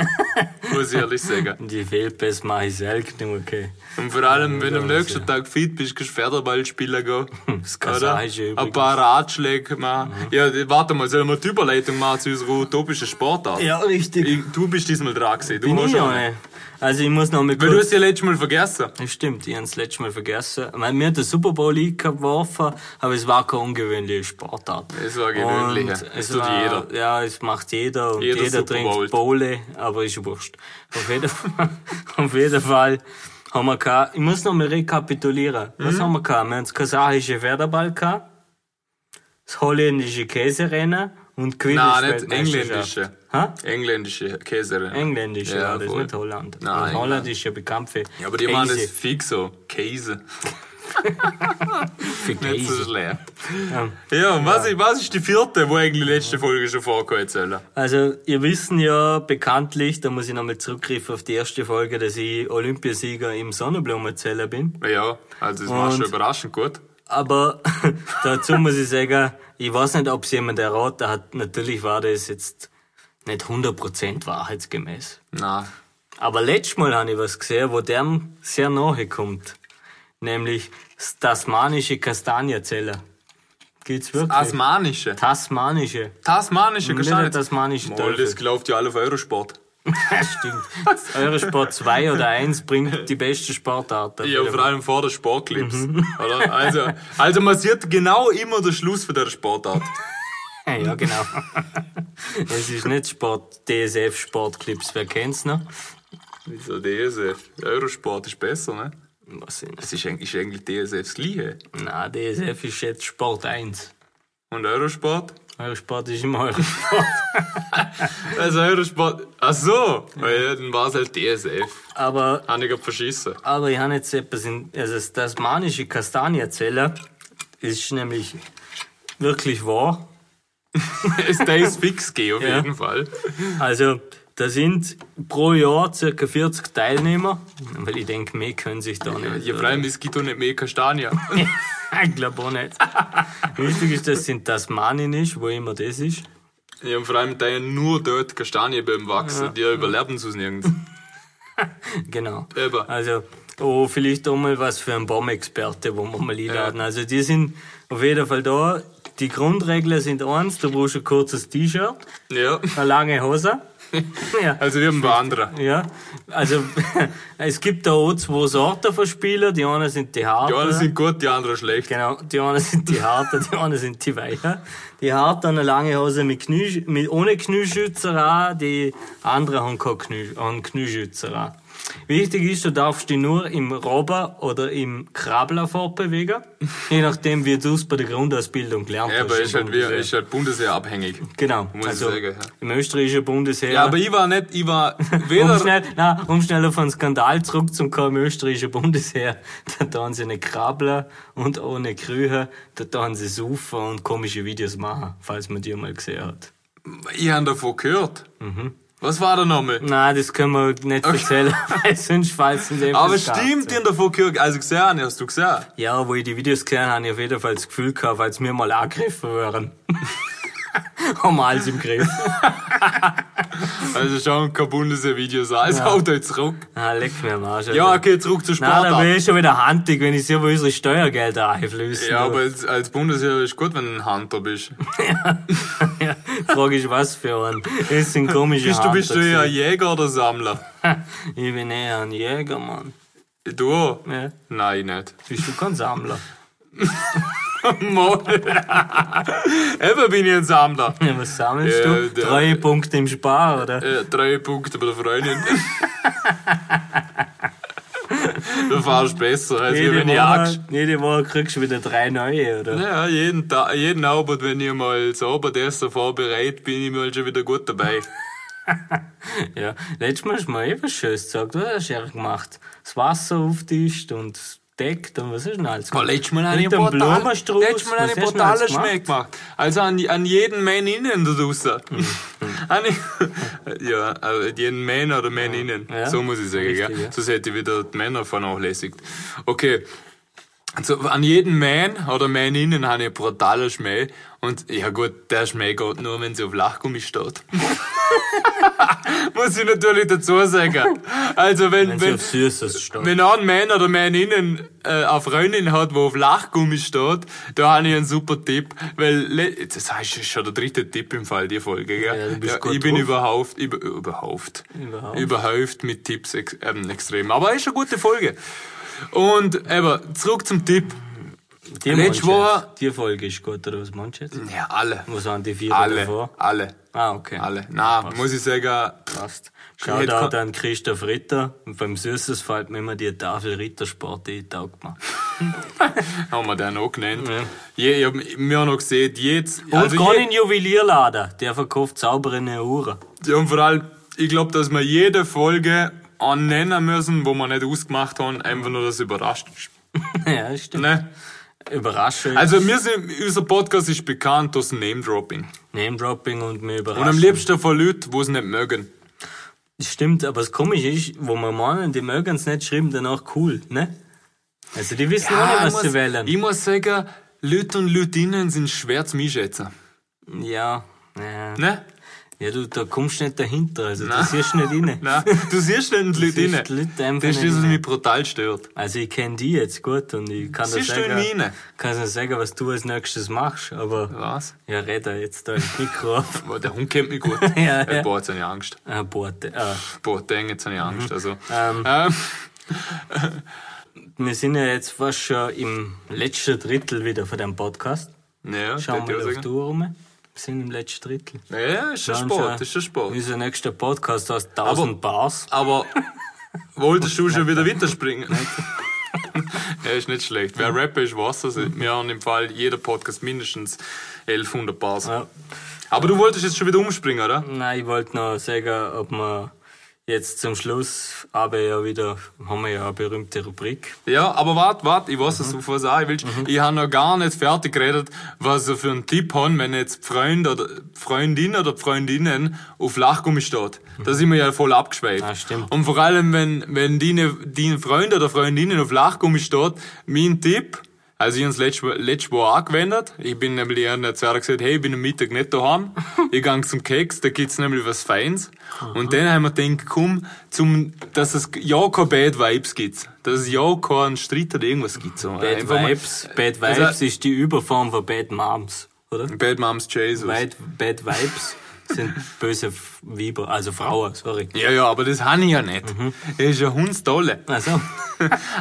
S1: Muss ich ehrlich sagen.
S2: die Fehlpässe mache ich selten, okay.
S1: Und vor allem, wenn du am
S2: Ja,
S1: nächsten Tag fit bist, kannst du Federball spielen gehen.
S2: Das Kasachische
S1: Oder? Ein
S2: übrigens. Mhm.
S1: paar Ratschläge machen. Ja, die- warte mal, sollen wir die Überleitung machen zu unserer utopischen Sportart?
S2: Ja, richtig.
S1: Ich, du bist diesmal dran gewesen. Du
S2: Bin ich
S1: hast auch
S2: noch
S1: nicht.
S2: nicht. Also ich muss noch mal
S1: Weil du
S2: kurz...
S1: hast ja letztes Mal vergessen.
S2: Das stimmt, ich habe es letztes Mal vergessen. Ich meine, mir hat der Super Bowl eingeworfen, aber es war keine ungewöhnliche Sportart.
S1: Es war gewöhnlich,
S2: Und
S1: ja. Das
S2: Es
S1: tut
S2: war,
S1: jeder.
S2: Ja, es macht jeder und
S1: Jeder
S2: jeder,
S1: Super Bowl.
S2: trinkt Bowle, aber ist wurscht. Auf jeden Fall, auf jeden Fall haben wir gehabt, ich muss nochmal rekapitulieren. Was
S1: Mhm.
S2: haben wir gehabt? Wir haben das kasachische Werderball gehabt, das holländische Käserennen und
S1: Nein, nicht
S2: Quidditch-Weltmeisterschaft.
S1: engländische.
S2: Hä?
S1: Engländische Käserin.
S2: Engländisch, ja, das ist
S1: voll.
S2: nicht Holland.
S1: Nein,
S2: Und
S1: England.
S2: Holland ist ja bekannt für
S1: Ja, aber die machen das
S2: Käse.
S1: fix so. Käse.
S2: für
S1: Nicht so
S2: Käse.
S1: schlecht. Ja, und was, Ist, was ist die vierte, wo eigentlich die letzte Folge schon vorgekommen soll?
S2: Also, ihr wissen ja bekanntlich, da muss ich nochmal zurückgreifen auf die erste Folge, dass ich Olympiasieger im Sonnenblumenzeller bin.
S1: Ja, also das machst du
S2: Und-
S1: überraschend gut.
S2: Aber dazu muss ich sagen, ich weiß nicht, ob es jemand erraten hat. Natürlich war das jetzt nicht 100% wahrheitsgemäß.
S1: Nein.
S2: Aber letztes Mal habe ich was gesehen, wo dem sehr nahe kommt. Nämlich das tasmanische Kastanienzeller. Geht's wirklich?
S1: Tasmanische.
S2: Tasmanische.
S1: Tasmanische
S2: Nicht
S1: Gestalt.
S2: der tasmanische
S1: Mal,
S2: Teufel.
S1: das glaubt ja alle auf Eurosport.
S2: Ja, stimmt. Das Eurosport 2 oder 1 bringt die beste Sportart.
S1: Ja, vor allem vor der Sportclips.
S2: Mhm.
S1: Oder? Also, also man sieht genau immer den Schluss von der Sportart.
S2: ja genau. Es ist nicht Sport, DSF Sportclips, wer kennt's noch?
S1: Wieso DSF? Eurosport ist besser, ne?
S2: Was ist
S1: Es ist eigentlich, ist eigentlich DSF das Gleiche.
S2: Na, DSF ist jetzt Sport 1.
S1: Und Eurosport?
S2: Eurosport ist immer Eurosport.
S1: Also Eurosport. Ach so! Ja, dann war es halt DSF.
S2: Aber,
S1: Habe ich grad verschissen.
S2: aber ich habe jetzt etwas in, also das tasmanische Kastanienzeller ist nämlich wirklich wahr.
S1: Es da ist fix gegeben, auf
S2: Ja.
S1: jeden Fall.
S2: Also, da sind pro Jahr ca. 40 Teilnehmer, weil ich denke, mehr können sich da nicht.
S1: Ja, vor allem, es gibt doch nicht mehr Kastanien.
S2: Ich glaube auch nicht. Wichtig ist, dass es in Tasmanien ist, wo immer das ist.
S1: Ja, und vor allem, da ja nur dort Kastanienbäume wachsen. Die überleben sonst nirgends.
S2: Genau.
S1: Eben.
S2: Also, oh, vielleicht auch mal was für einen Baumexperte, wo wir mal einladen. Also, die sind auf jeden Fall da. Die Grundregeln sind eins, du brauchst ein kurzes T-Shirt,
S1: Ja.
S2: eine lange Hose. ja.
S1: Also, wir haben ein paar andere.
S2: Ja, also es gibt da auch zwei Sorten von Spielern. Die einen sind die Harten.
S1: Die einen sind gut, die anderen schlecht.
S2: Genau, die einen sind die Harten, die anderen sind die Weichen. Die Harten haben eine lange Hose mit Knie, mit, ohne Knieschützer an, die anderen haben keine Knie, haben Knieschützer an. Wichtig ist, du darfst dich nur im Robber oder im Krabbler fortbewegen, je nachdem, wie du es bei der Grundausbildung gelernt
S1: Ja,
S2: hast.
S1: aber
S2: im
S1: ist halt, wie,
S2: Bundesheer.
S1: ist halt Bundesheer abhängig.
S2: Genau,
S1: muss ich
S2: also
S1: sagen, ja.
S2: im österreichischen Bundesheer.
S1: Ja, aber ich war nicht, ich war
S2: Um
S1: weder.
S2: schnell, nein, um schnell auf einen Skandal zurückzukommen, im österreichischen Bundesheer, da tun sie eine Krabbler und ohne Krühe, da tun sie saufen und komische Videos machen, falls man die mal gesehen hat.
S1: Ich habe davon gehört.
S2: Mhm.
S1: Was war da nochmal?
S2: Nein, das können wir nicht erzählen, weil sonst falls in dem
S1: Aber
S2: Skandal
S1: stimmt, ich
S2: sind.
S1: habe davon gehört. Also gesehen, hast du gesehen?
S2: Ja, wo ich die Videos gesehen habe, habe ich auf jeden Fall das Gefühl gehabt, als wir mal angegriffen wären. Haben wir alles im Griff.
S1: Also schauen kein Bundesheer-Videos an. Es haut euch zurück.
S2: Ah, leck mir am Arsch.
S1: Ja,
S2: Alter.
S1: okay, zurück zur
S2: Nein, da
S1: Sportart.
S2: bin ich schon wieder handig, wenn ich sehe, wo unsere Steuergelder einflüssen.
S1: ja, aber als, als Bundesheer ist gut, wenn du ein Hunter bist.
S2: Ja, frage ich was für einen. Das sind komische
S1: Bist du, bist du eher
S2: Handtaschen.
S1: Jäger oder Sammler?
S2: Ich bin eher ein Jäger, Mann.
S1: Du?
S2: Ja.
S1: Nein, nicht.
S2: Bist du kein Sammler?
S1: Moll. Eben bin ich ein Sammler.
S2: Ja, was sammelst
S1: Ja,
S2: du?
S1: der-
S2: Drei Punkte im Spar, oder?
S1: Äh, drei Punkte bei der Freundin. du fährst besser, als ich, wenn ich Angst.
S2: Woche, jede Woche kriegst du wieder drei neue, oder?
S1: Ja, jeden, Tag, jeden Abend, wenn ich mal so Abendessen vorbereite, bin ich mal schon wieder gut dabei.
S2: Ja. Letztes Mal hast du mir eh was Schönes gesagt, oder? Hast du ja gemacht. Das Wasser auftischt und das Deck, und was ist denn alles?
S1: Boah, letztes Mal habe ich
S2: Mit dem Blumenstrauß.
S1: letztes Mal
S2: Was
S1: habe ich
S2: hast du denn
S1: brutalen
S2: alles gemacht?
S1: Schmäh gemacht. Also an, an jeden Mann innen da draußen.
S2: Mhm,
S1: An ich, ja, also an jeden Mann oder Mann innen.
S2: Ja.
S1: So muss ich sagen,
S2: Richtig,
S1: gell?
S2: ja.
S1: Sonst hätte ich wieder die Männer vernachlässigt. Okay. So, an jeden Man oder Maninnen habe ich einen brutalen Schmäh. Und ja gut, der Schmäh geht nur, wenn sie auf Lachgummi steht. Muss ich natürlich dazu sagen. Also wenn,
S2: Wenn
S1: wenn,
S2: sie
S1: wenn,
S2: auf Süßes steht.
S1: wenn ein Mann oder Maninnen äh, eine Freundin hat, wo auf Lachgummi steht, da habe ich einen super Tipp. Weil, le- das ist schon der dritte Tipp im Fall, die Folge. Gell?
S2: Ja, du bist gut
S1: ich bin
S2: drauf.
S1: überhauft, über, überhaupt,
S2: Überhauft.
S1: überhauft mit Tipps ex, ähm, extrem. Aber ist eine gute Folge. Und eben, zurück zum Tipp.
S2: Die
S1: letzte
S2: meinst du
S1: Woche-
S2: jetzt? Die Folge ist gut, oder was meinst du jetzt?
S1: Ja, alle.
S2: Wo sind die vier
S1: Alle,
S2: davor?
S1: alle,
S2: Ah, okay.
S1: alle. Na, muss ich sagen,
S2: Passt.
S1: Ich
S2: Schaut
S1: hätte
S2: auch
S1: kon-
S2: an Christoph Ritter. Und beim Süßes fällt mir immer die Tafel Rittersport, die taugt mir.
S1: haben wir den auch genannt. Je, ich hab mir auch noch gesehen, jetzt.
S2: Und also
S1: je-
S2: Colin Juwelierladen, der verkauft saubere Uhren.
S1: Ja, und vor allem, ich glaube, dass wir jede Folge annennen müssen, wo wir nicht ausgemacht haben, einfach nur das überrascht. ist.
S2: ja, stimmt.
S1: Ne?
S2: Überraschung,
S1: Also, wir sind, unser Podcast ist bekannt durch Name-Dropping.
S2: Name-Dropping und mir
S1: Und am
S2: überraschen.
S1: liebsten von Leuten, die es nicht mögen.
S2: Stimmt, aber das Komische ist, wo wir meinen, die mögen es nicht, schreiben danach cool, ne? Also die wissen auch nicht,
S1: ich
S2: was
S1: muss,
S2: sie wählen.
S1: ich muss sagen, Leute und Leutinnen sind schwer zu einschätzen.
S2: Ja, ja.
S1: Ne?
S2: Ja, du, da kommst du nicht dahinter, also du siehst nicht rein.
S1: Nein, du siehst nicht die Leute
S2: siehst die Leute
S1: rein.
S2: einfach
S1: Das ist das, was
S2: nicht.
S1: mich brutal stört.
S2: Also ich kenne die jetzt gut und ich kann dir
S1: Siehst du in
S2: sagen,
S1: meine?
S2: kann dir sagen, was du als nächstes machst, aber
S1: Was?
S2: ja, red da jetzt da ins Mikro ab.
S1: Aber Der Hund kennt mich gut.
S2: Ja,
S1: Äh,
S2: ja.
S1: Boah, jetzt habe ich Angst.
S2: Ah, Bote, ah.
S1: Boah, dang, jetzt habe ich Angst. Also,
S2: Ähm.
S1: ähm,
S2: Wir sind ja jetzt fast schon im letzten Drittel wieder von dem Podcast.
S1: ja,
S2: Schauen
S1: tät
S2: wir
S1: ich auch
S2: mal auf
S1: sagen.
S2: die Uhr rum. Wir sind im letzten Drittel.
S1: Ja, ist ein
S2: Schauen
S1: Sport,
S2: Sie,
S1: ist ein Sport.
S2: Unser nächster Podcast heißt 1000 Bars.
S1: Aber wolltest du schon wieder weiterspringen? ja, ist nicht schlecht. Wer Rapper ist, weiß das. Wir haben im Fall jeder Podcast mindestens 1100 Bars.
S2: Ja.
S1: Aber du wolltest jetzt schon wieder umspringen, oder?
S2: Nein, ich wollte noch sagen, ob wir jetzt zum Schluss, aber ja wieder, haben wir ja eine berühmte Rubrik.
S1: Ja, aber warte, warte, ich weiß, dass
S2: Mhm.
S1: du was sagen willst. Ich habe noch gar nicht fertig geredet, was sie für einen Tipp haben, wenn jetzt Freund oder Freundin oder Freundinnen auf Lachgummi steht. Da sind wir ja voll abgeschweift.
S2: Ah, Mhm. stimmt.
S1: Und vor allem, wenn, wenn deine, dein Freund oder Freundinnen auf Lachgummi steht, mein Tipp, also ich habe es letztes letztes Mal angewendet. Ich bin nämlich eher zu Zwerg gesagt, hey, ich bin am Mittag nicht daheim. ich gehe zum Keks, da gibt's nämlich was Feins. Und dann haben wir gedacht, komm, zum, dass es ja keine Bad Vibes gibt. Dass es ja keinen Streit oder irgendwas gibt. So.
S2: Bad
S1: Einfach mal-
S2: Vibes. Bad Vibes
S1: Also-
S2: ist die Überform von Bad Moms, oder?
S1: Bad Moms Jesus.
S2: Bad, Bad Vibes sind böse F- Weiber, also Frauen, sorry.
S1: Ja, ja, aber das habe ich ja nicht.
S2: Mhm.
S1: Das ist ja Hundstolle.
S2: Also,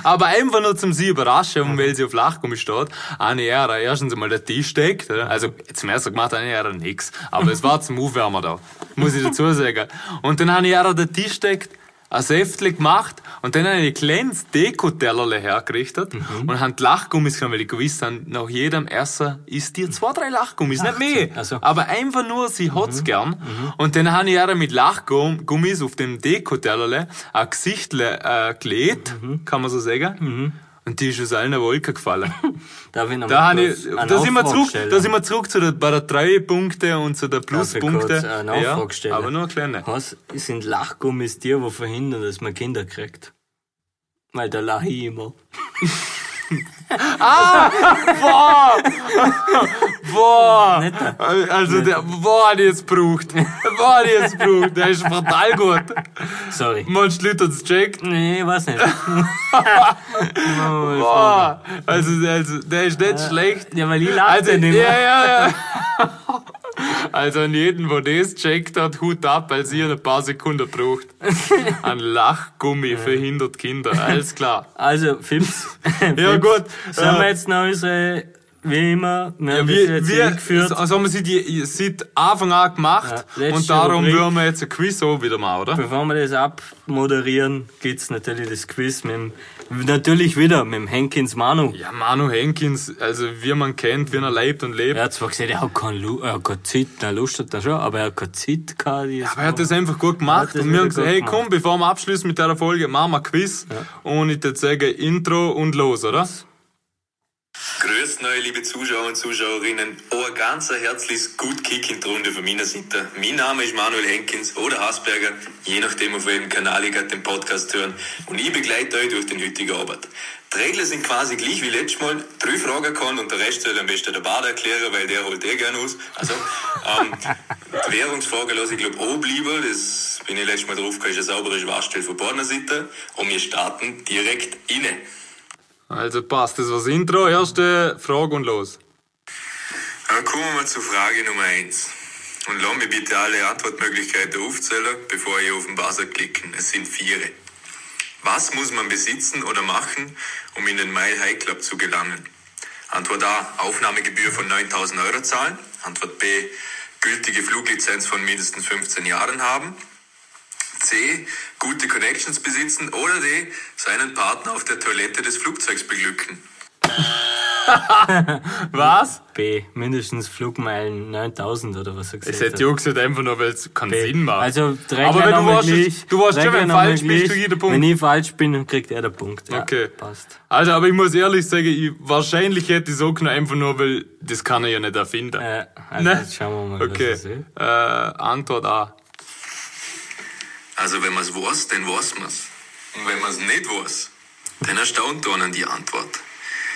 S1: Aber einfach nur zum sie überraschen, und weil sie auf Lachgummi steht, Ah, eine Ära erstens einmal der Tisch deckt, oder? also zum ersten gemacht eine Ära nix, aber es war zum Aufwärmen da, muss ich dazu sagen. Und dann habe ich Ära den Tisch deckt, ein Säftli gemacht und dann habe ich ein kleines Deko-Tellerle hergerichtet
S2: Mhm.
S1: und habe die Lachgummis genommen, weil ich gewusst habe, nach jedem Essen isst ihr zwei, drei Lachgummis, nicht mehr.
S2: Ach so. Also
S1: Aber einfach nur, sie hat's
S2: Mhm.
S1: gern. Und dann habe ich ihr mit Lachgummis auf dem Dekotellerle ein Gesichtle äh, gelegt,
S2: Mhm.
S1: kann man so sagen. Und die ist aus allen Wolken gefallen.
S2: darf ich noch
S1: Da,
S2: mal
S1: habe ich,
S2: kurz eine
S1: da, sind wir
S2: Nachfrage
S1: zurück,
S2: stellen?
S1: da sind wir zurück zu den, bei den Treuepunkten und zu den
S2: Darf ich kurz äh,
S1: Pluspunkten.
S2: eine Nachfrage stellen?
S1: aber nur eine kleine.
S2: Was sind Lachgummis die, die verhindern, dass man Kinder kriegt? Weil da lache ich immer.
S1: Boah! Also, der, boah, hat ich jetzt gebraucht. Boah, hat ich jetzt gebraucht. Der ist brutal gut.
S2: Sorry.
S1: Manche Leute haben's gecheckt.
S2: Nee, ich weiß nicht.
S1: Boah! Also, also, der ist nicht schlecht.
S2: Ja, weil ich lache
S1: Also,
S2: ja nicht
S1: ja,
S2: mehr.
S1: ja, ja. Also an jeden, der das checkt hat, Hut ab, weil sie ein paar Sekunden braucht. Ein Lachgummi verhindert Kinder, alles klar.
S2: Also, Fips.
S1: Ja
S2: Fips,
S1: gut,
S2: Sollen wir
S1: äh,
S2: jetzt noch unsere, wie immer, wir haben das
S1: wir,
S2: jetzt
S1: wir
S2: eingeführt.
S1: so- also haben wir sie die, seit Anfang an gemacht
S2: Ja, letzte
S1: und darum
S2: Rubrik.
S1: würden wir jetzt ein Quiz auch wieder mal, oder?
S2: Bevor wir das abmoderieren, gibt's natürlich das Quiz mit dem, natürlich wieder mit dem Henkins Manu.
S1: Ja, Manu Henkins, also wie man kennt, wie er lebt und lebt.
S2: Er hat zwar gesagt, er hat keine, Lu er hat keine Zeit, na Lust hat er schon, aber er hat keine Zeit gehabt. die jetzt-
S1: Aber er hat das einfach gut
S2: Er
S1: gemacht
S2: hat das
S1: und wir haben
S2: wieder
S1: gesagt,
S2: gut
S1: hey
S2: gemacht.
S1: komm, bevor wir abschließen mit dieser Folge, machen wir ein Quiz und ich würde sagen Intro und los, oder?
S4: Grüßt euch, liebe Zuschauer und Zuschauerinnen. Oh, ein ganz ein herzliches Gut Kick in die Runde von meiner Seite. Mein Name ist Manuel Henkins oder Hasberger, je nachdem, auf welchem Kanal ihr gerade den Podcast hören. Und ich begleite euch durch den heutigen Abend. Die Regeln sind quasi gleich wie letztes Mal. Drei Fragen kann und der Rest soll am besten der Bart erklären, weil der holt eh gerne aus. Also, ähm, die Währungsfrage lasse ich glaube auch bleiben. Das bin ich letztes Mal drauf gekommen, ist eine saubere Schwachstelle von Partnerseite. Und wir starten direkt inne.
S1: Also passt, das war das Intro. Erste Frage und los.
S4: Dann kommen wir mal zur Frage Nummer eins. Und lass mir bitte alle Antwortmöglichkeiten aufzählen, bevor ich auf den Buzzer klicken. Es sind vier. Was muss man besitzen oder machen, um in den Mile High Club zu gelangen? Antwort A. Aufnahmegebühr von 9000 Euro zahlen. Antwort B. Gültige Fluglizenz von mindestens 15 Jahren haben. C. Gute Connections besitzen. Oder D. Seinen Partner auf der Toilette des Flugzeugs beglücken.
S1: Was?
S2: B. Mindestens Flugmeilen 9000 oder was er gesagt
S1: Es
S2: hat.
S1: hätte Jux einfach nur, weil es keinen Sinn macht.
S2: Also, drei
S1: Aber wenn du
S2: Kleider
S1: warst,
S2: möglich,
S1: du warst
S2: drei
S1: schon, wenn
S2: Kleider
S1: falsch bist,
S2: möglich.
S1: du jeder Punkt.
S2: Wenn ich falsch bin, kriegt er den Punkt. Ja,
S1: Okay.
S2: Passt.
S1: Also, aber ich muss ehrlich sagen, ich, wahrscheinlich hätte ich so genommen, einfach nur, weil das kann er ja nicht erfinden.
S2: Äh, also
S1: Ne?
S2: jetzt schauen wir mal,
S1: okay.
S2: was es ist.
S1: Äh, Antwort A.
S4: Also wenn man es weiß, dann weiß man es. Und wenn man es nicht weiß, dann erstaunt man an die Antwort.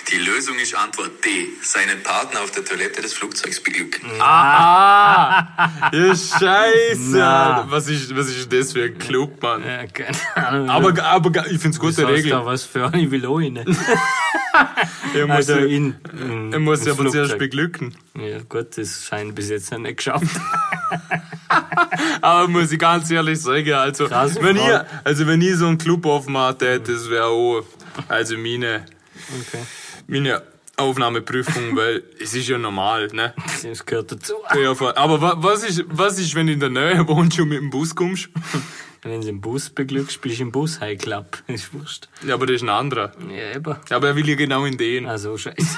S4: Die Lösung ist Antwort D. Seinen Partner auf der Toilette des Flugzeugs beglücken.
S1: Ja, scheiße.
S2: Na.
S1: Alter. Was ist, was ist das für ein Club, Mann?
S2: Äh, keine Ahnung.
S1: Aber, aber ich find's
S2: was
S1: gute
S2: heißt da
S1: Regel.
S2: was für eine Villoine.
S1: Er muss,
S2: Also
S1: ja-
S2: in, in,
S1: er muss
S2: ins
S1: ja aber zuerst
S2: Flugzeug.
S1: beglücken.
S2: Ja gut, das scheint bis jetzt noch nicht geschafft.
S1: Aber muss ich ganz ehrlich sagen, also
S2: Krasse
S1: wenn
S2: Frau.
S1: ihr, also wenn ich so einen Club aufmacht hätte, das wäre auch also meine,
S2: Okay.
S1: meine Aufnahmeprüfung, weil es ist ja normal, ne?
S2: Das gehört dazu.
S1: Ja, voll. Aber wa- was ist, was ist, wenn du in der Nähe wohnst und mit dem Bus kommst?
S2: Wenn du im Bus beglückst, bist du im Bus High Club. Ist wurscht.
S1: Ja, aber das ist ein anderer.
S2: Ja, eben.
S1: Aber er will ja genau in den.
S2: Also scheiße.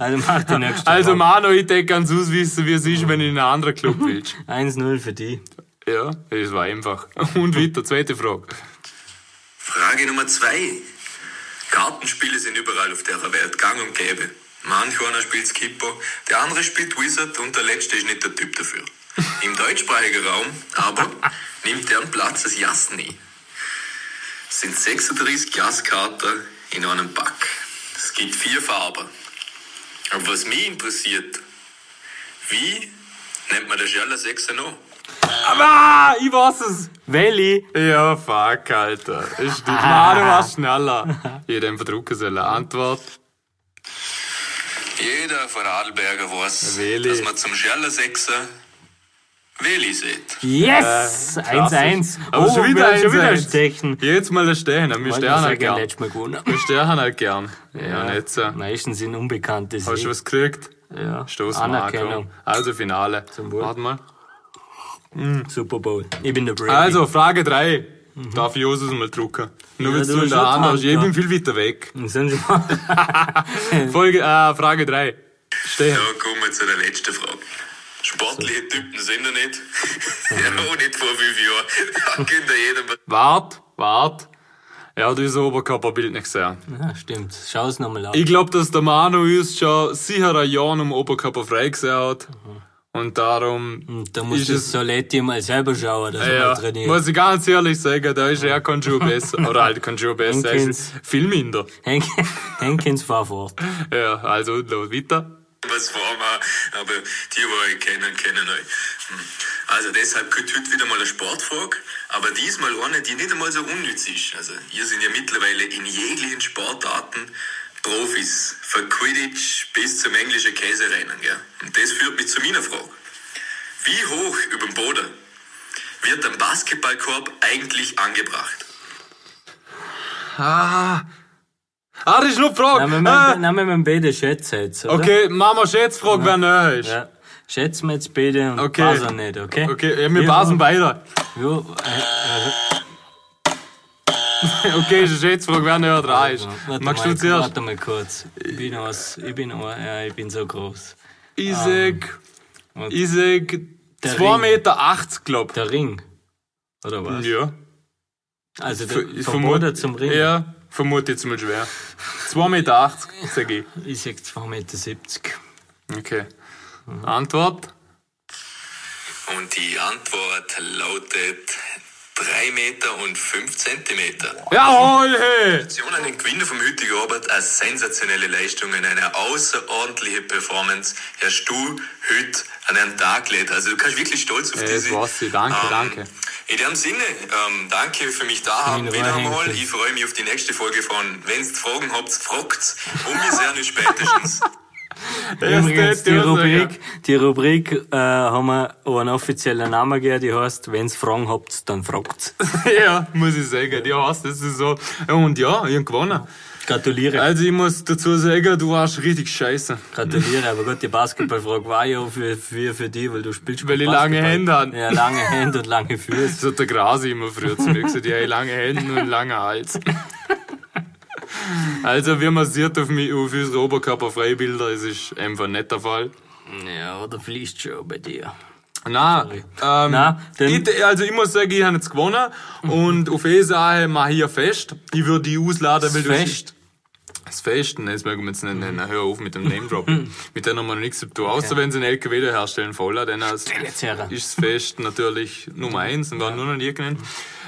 S2: Also mach die nächste
S1: Also
S2: Frage.
S1: Mano, ich denke ganz auswissen, wie es ist, wenn du in einen anderen Club willst.
S2: 1-0 für die.
S1: Ja, das war einfach. Und weiter, zweite Frage.
S4: Frage Nummer zwei. Kartenspiele sind überall auf der Welt gang und gäbe. Manch einer spielt Skipper, der andere spielt Wizard und der letzte ist nicht der Typ dafür. Im deutschsprachigen Raum aber nimmt deren Platz das Jass nie. Es sind 36 Jasskarten in einem Pack. Es gibt vier Farben. Aber was mich interessiert, wie nennt man das Jalla 6 noch?
S1: Ah, ich weiß es.
S2: Welli.
S1: Ja, fuck, Alter. Ist
S2: Ah.
S1: die Mano war schneller. Ich hätte einfach drucken sollen. Antwort.
S4: Jeder von Adelberger weiß,
S1: Weli.
S4: dass man zum Scherlersechser Weli sieht.
S2: Yes! 1-1.
S1: Äh, Aber schon wieder
S2: wir haben schon
S1: 1-1.
S2: wieder ein Stechen.
S1: Jetzt mal ein Stern. Wir sterben halt
S2: ja
S1: gern.
S2: letztes Mal gewonnen.
S1: Wir sterben halt gern. Ja, nicht so.
S2: Meistens sind unbekannte
S1: Hast du
S2: Siege.
S1: was gekriegt?
S2: ja.
S1: Stoß
S2: Anerkennung.
S1: Also Finale.
S2: Wohl.
S1: Warte mal.
S2: Super Bowl. Ich bin der Brady.
S1: Also, Frage 3. Darf ich Jesus mal drucken? Nur
S2: Mhm. Ja,
S1: willst
S2: du halt
S1: du in
S2: bist
S1: der
S2: schon
S1: Hand hast. Ich
S2: dran,
S1: bin viel weiter weg.
S2: Wir sind schon mal.
S1: Folge, äh, Frage 3. Stehen.
S4: Ja, kommen wir zu der letzten Frage. Sportliche Typen sind er nicht. ja, auch nicht vor fünf Jahren. Da könnte jeder mal
S1: Wart, wart. Er hat unser Oberkörperbild nicht gesehen.
S2: Ja, stimmt. Schau es nochmal an.
S1: Ich glaube, dass der Manu uns schon sicher ein Jahr um Oberkörper frei gesehen hat. Und darum
S2: da muss
S1: ist
S2: das
S1: es.
S2: Soletti mal selber schauen, dass er
S1: Ja,
S2: Hm, mal trainiert.
S1: muss ich ganz ehrlich sagen, da ist er kein Schuh besser. Oder halt kein Schuh besser. er ist
S2: Henkens.
S1: Viel minder.
S2: Henk, Henkins fahr fort.
S1: Ja, also, los, weiter.
S4: was vormachen. Aber die, die euch kennen, kennen euch. Hm. Also deshalb kommt heute wieder mal eine Sportfrage. Aber diesmal eine, die nicht einmal so unnütz ist. Also ihr sind ja mittlerweile in jeglichen Sportarten Profis. Von Quidditch bis zum englischen Käserennen. Gell? Und das führt mich zu meiner Frage. Wie hoch über dem Boden wird ein Basketballkorb eigentlich angebracht?
S1: Ah. Ah, das ist nur die Frage.
S2: Nehmen
S1: Ah.
S2: wir, nehmen wir beide Schätze jetzt, oder?
S1: Okay, Mama Schätzfrage, wer näher ist.
S2: Ja. Schätzen wir jetzt beide und
S1: Okay.
S2: okay. basen nicht, okay?
S1: Okay, ja, wir basen beide.
S2: Jo, äh,
S1: Okay, ist eine Schätzfrage, wer näher dran ist.
S2: warte,
S1: Magst
S2: mal,
S1: du zuerst?
S2: warte mal kurz. Ich bin aus, ich bin, aus, ja, ich bin so groß.
S1: Isaac.
S2: Und-
S1: Isaac.
S2: Ähm, Der
S1: 2,80
S2: Ring.
S1: Meter, achtzig, glaub
S2: Der Ring. Oder was?
S1: Ja.
S2: Also
S1: Ver-
S2: der, vom Boden zum Ring.
S1: Ja, vermute jetzt mal schwer. 2,80 Meter, achtzig, sag ich.
S2: Ich sag 2,70 Meter.
S1: Okay. Antwort?
S4: Und die Antwort lautet 3 Meter und 5 Zentimeter.
S1: Jawohl, hey!
S4: Gratulation an den Gewinner vom heutigen Abend. Eine sensationelle Leistung und eine außerordentliche Performance hast du heute an einen Tag gelegt. Also du kannst wirklich stolz auf
S1: Ja,
S4: diese.
S1: das war's. Danke, danke.
S4: In dem Sinne, ähm, danke für mich da haben.
S2: Meine
S4: Wieder
S2: Wahrheit.
S4: einmal. Ich freue mich auf die nächste Folge von Wenn's Fragen habt, fragt's. Und wir sehen uns spätestens.
S2: Übrigens,
S1: Das
S2: die
S1: ist die
S2: Rubrik, die Rubrik äh, haben wir einen offiziellen Namen gegeben, die heißt, wenn's Fragen habt, dann fragt's.
S1: Ja, muss ich sagen. Ja, das ist so. Und ja, ich hab gewonnen.
S2: Gratuliere,
S1: Also ich muss dazu sagen, du warst richtig scheiße.
S2: gratuliere. Aber gut, die Basketballfrage war ja für, für, für dich, weil du spielst
S1: Weil ich lange
S2: Basketball.
S1: Hände habe.
S2: Ja, lange Hände und lange Füße.
S1: Das hat der Grasi immer früher zu mir gesagt, ich habe lange Hände und lange Hals. Also, wie man sieht auf, mich, auf unsere Oberkörperfreibilder, es ist einfach nicht der Fall.
S2: Ja, oder fließt schon bei dir.
S1: Na, ähm,
S2: Na, denn-
S1: ich, also ich muss sagen, ich habe jetzt gewonnen und auf eine Sache mache ich ein Fest. Ich würde die ausladen, weil du...
S2: Fest.
S1: Das Fest, nein, das mögen wir jetzt nicht
S2: Mhm.
S1: nennen. Hör auf mit dem Name-Dropping. mit denen haben wir noch nichts zu tun. Außer wenn sie einen LKW da herstellen, voller, dann als-
S2: jetzt her. Mhm.
S1: ist das Fest natürlich Nummer eins und war nur noch nie genannt.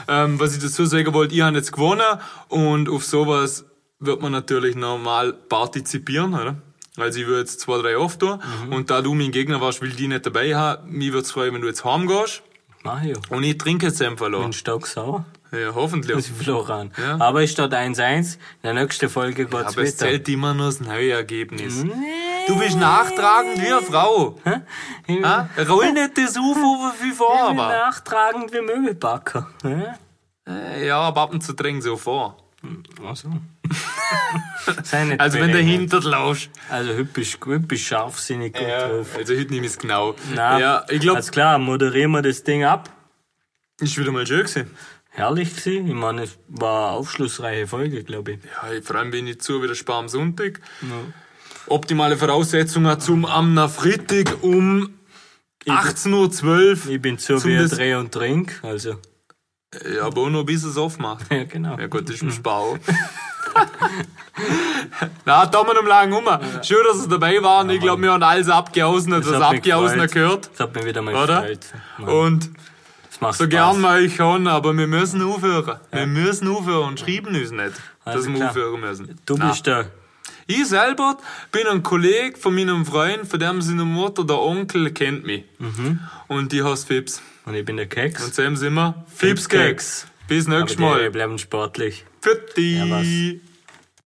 S1: Ähm, was ich dazu sagen wollte, ich habe jetzt gewonnen und auf sowas wird man natürlich normal partizipieren, oder? Also ich würde jetzt zwei, drei oft tun
S2: Mhm.
S1: und da du mein Gegner warst, will ich dich nicht dabei haben. Mich würde es freuen, wenn du jetzt heimgehst
S2: Mario.
S1: und ich trinke jetzt einfach
S2: Ein
S1: noch.
S2: Stock sauer.
S1: Ja, hoffentlich.
S2: Sie verloren.
S1: Ja.
S2: Aber es steht 1-1. In der nächsten Folge geht's
S1: Aber es
S2: weiter.
S1: zählt immer nur das neue Ergebnis. Du bist nachtragend wie eine Frau.
S2: Ich Hm. will
S1: Ha? Roll nicht das UFO wie vor, aber.
S2: nachtragend wie Möbelbacker. Ja?
S1: Ja, Pappen zu drängen so vor.
S2: Also. Sei nicht
S1: Also wenn der
S2: berechnet.
S1: hinter lauscht.
S2: Also hübsch, hübsch scharfsinnig gut
S1: Ja,
S2: drauf.
S1: also heute nehme ich es genau.
S2: Na, also-
S1: ja, ich glaube,
S2: Alles klar, moderieren wir das Ding ab.
S1: ist wieder mal schön gewesen.
S2: Herrlich gewesen. Ich meine, es war eine aufschlussreiche Folge, glaube ich.
S1: Ja, ich freue mich nicht zu, wieder Spar am Sonntag. Optimale Voraussetzungen zum am Freitag um 18.12
S2: Ich bin zu
S1: Zum
S2: wie
S1: das-
S2: Dreh und Trink. Also,
S1: Uhr. Ja, aber auch noch bis es aufmacht.
S2: ja, genau.
S1: Ja gut, das ist ein Spau. Na, Daumen um lang um. Schön, dass ihr dabei waren. Ich glaube, wir haben alles abgeausnet, was
S2: hat mich
S1: abgeausnet
S2: gefreut.
S1: gehört.
S2: Das hat mir wieder mal
S1: Oder?
S2: gefreut. Mann,
S1: Und
S2: das macht
S1: so
S2: Spaß.
S1: gern mal ich schon, aber wir müssen aufhören. Wir müssen aufhören und schreiben uns nicht, dass
S2: Also
S1: wir
S2: klar.
S1: aufhören müssen.
S2: Du
S1: Nein.
S2: bist der
S1: Ich selber bin ein Kollege von meinem Freund, von dem seine Mutter, der Onkel, kennt mich.
S2: Mhm.
S1: Und die heißt Fips.
S2: und ich bin der Keks.
S1: Und zusammen sind wir Fips Keks. Bis nächstes
S2: Aber die
S1: Mal.
S2: bleiben sportlich.
S1: Für die.
S2: Ja, was?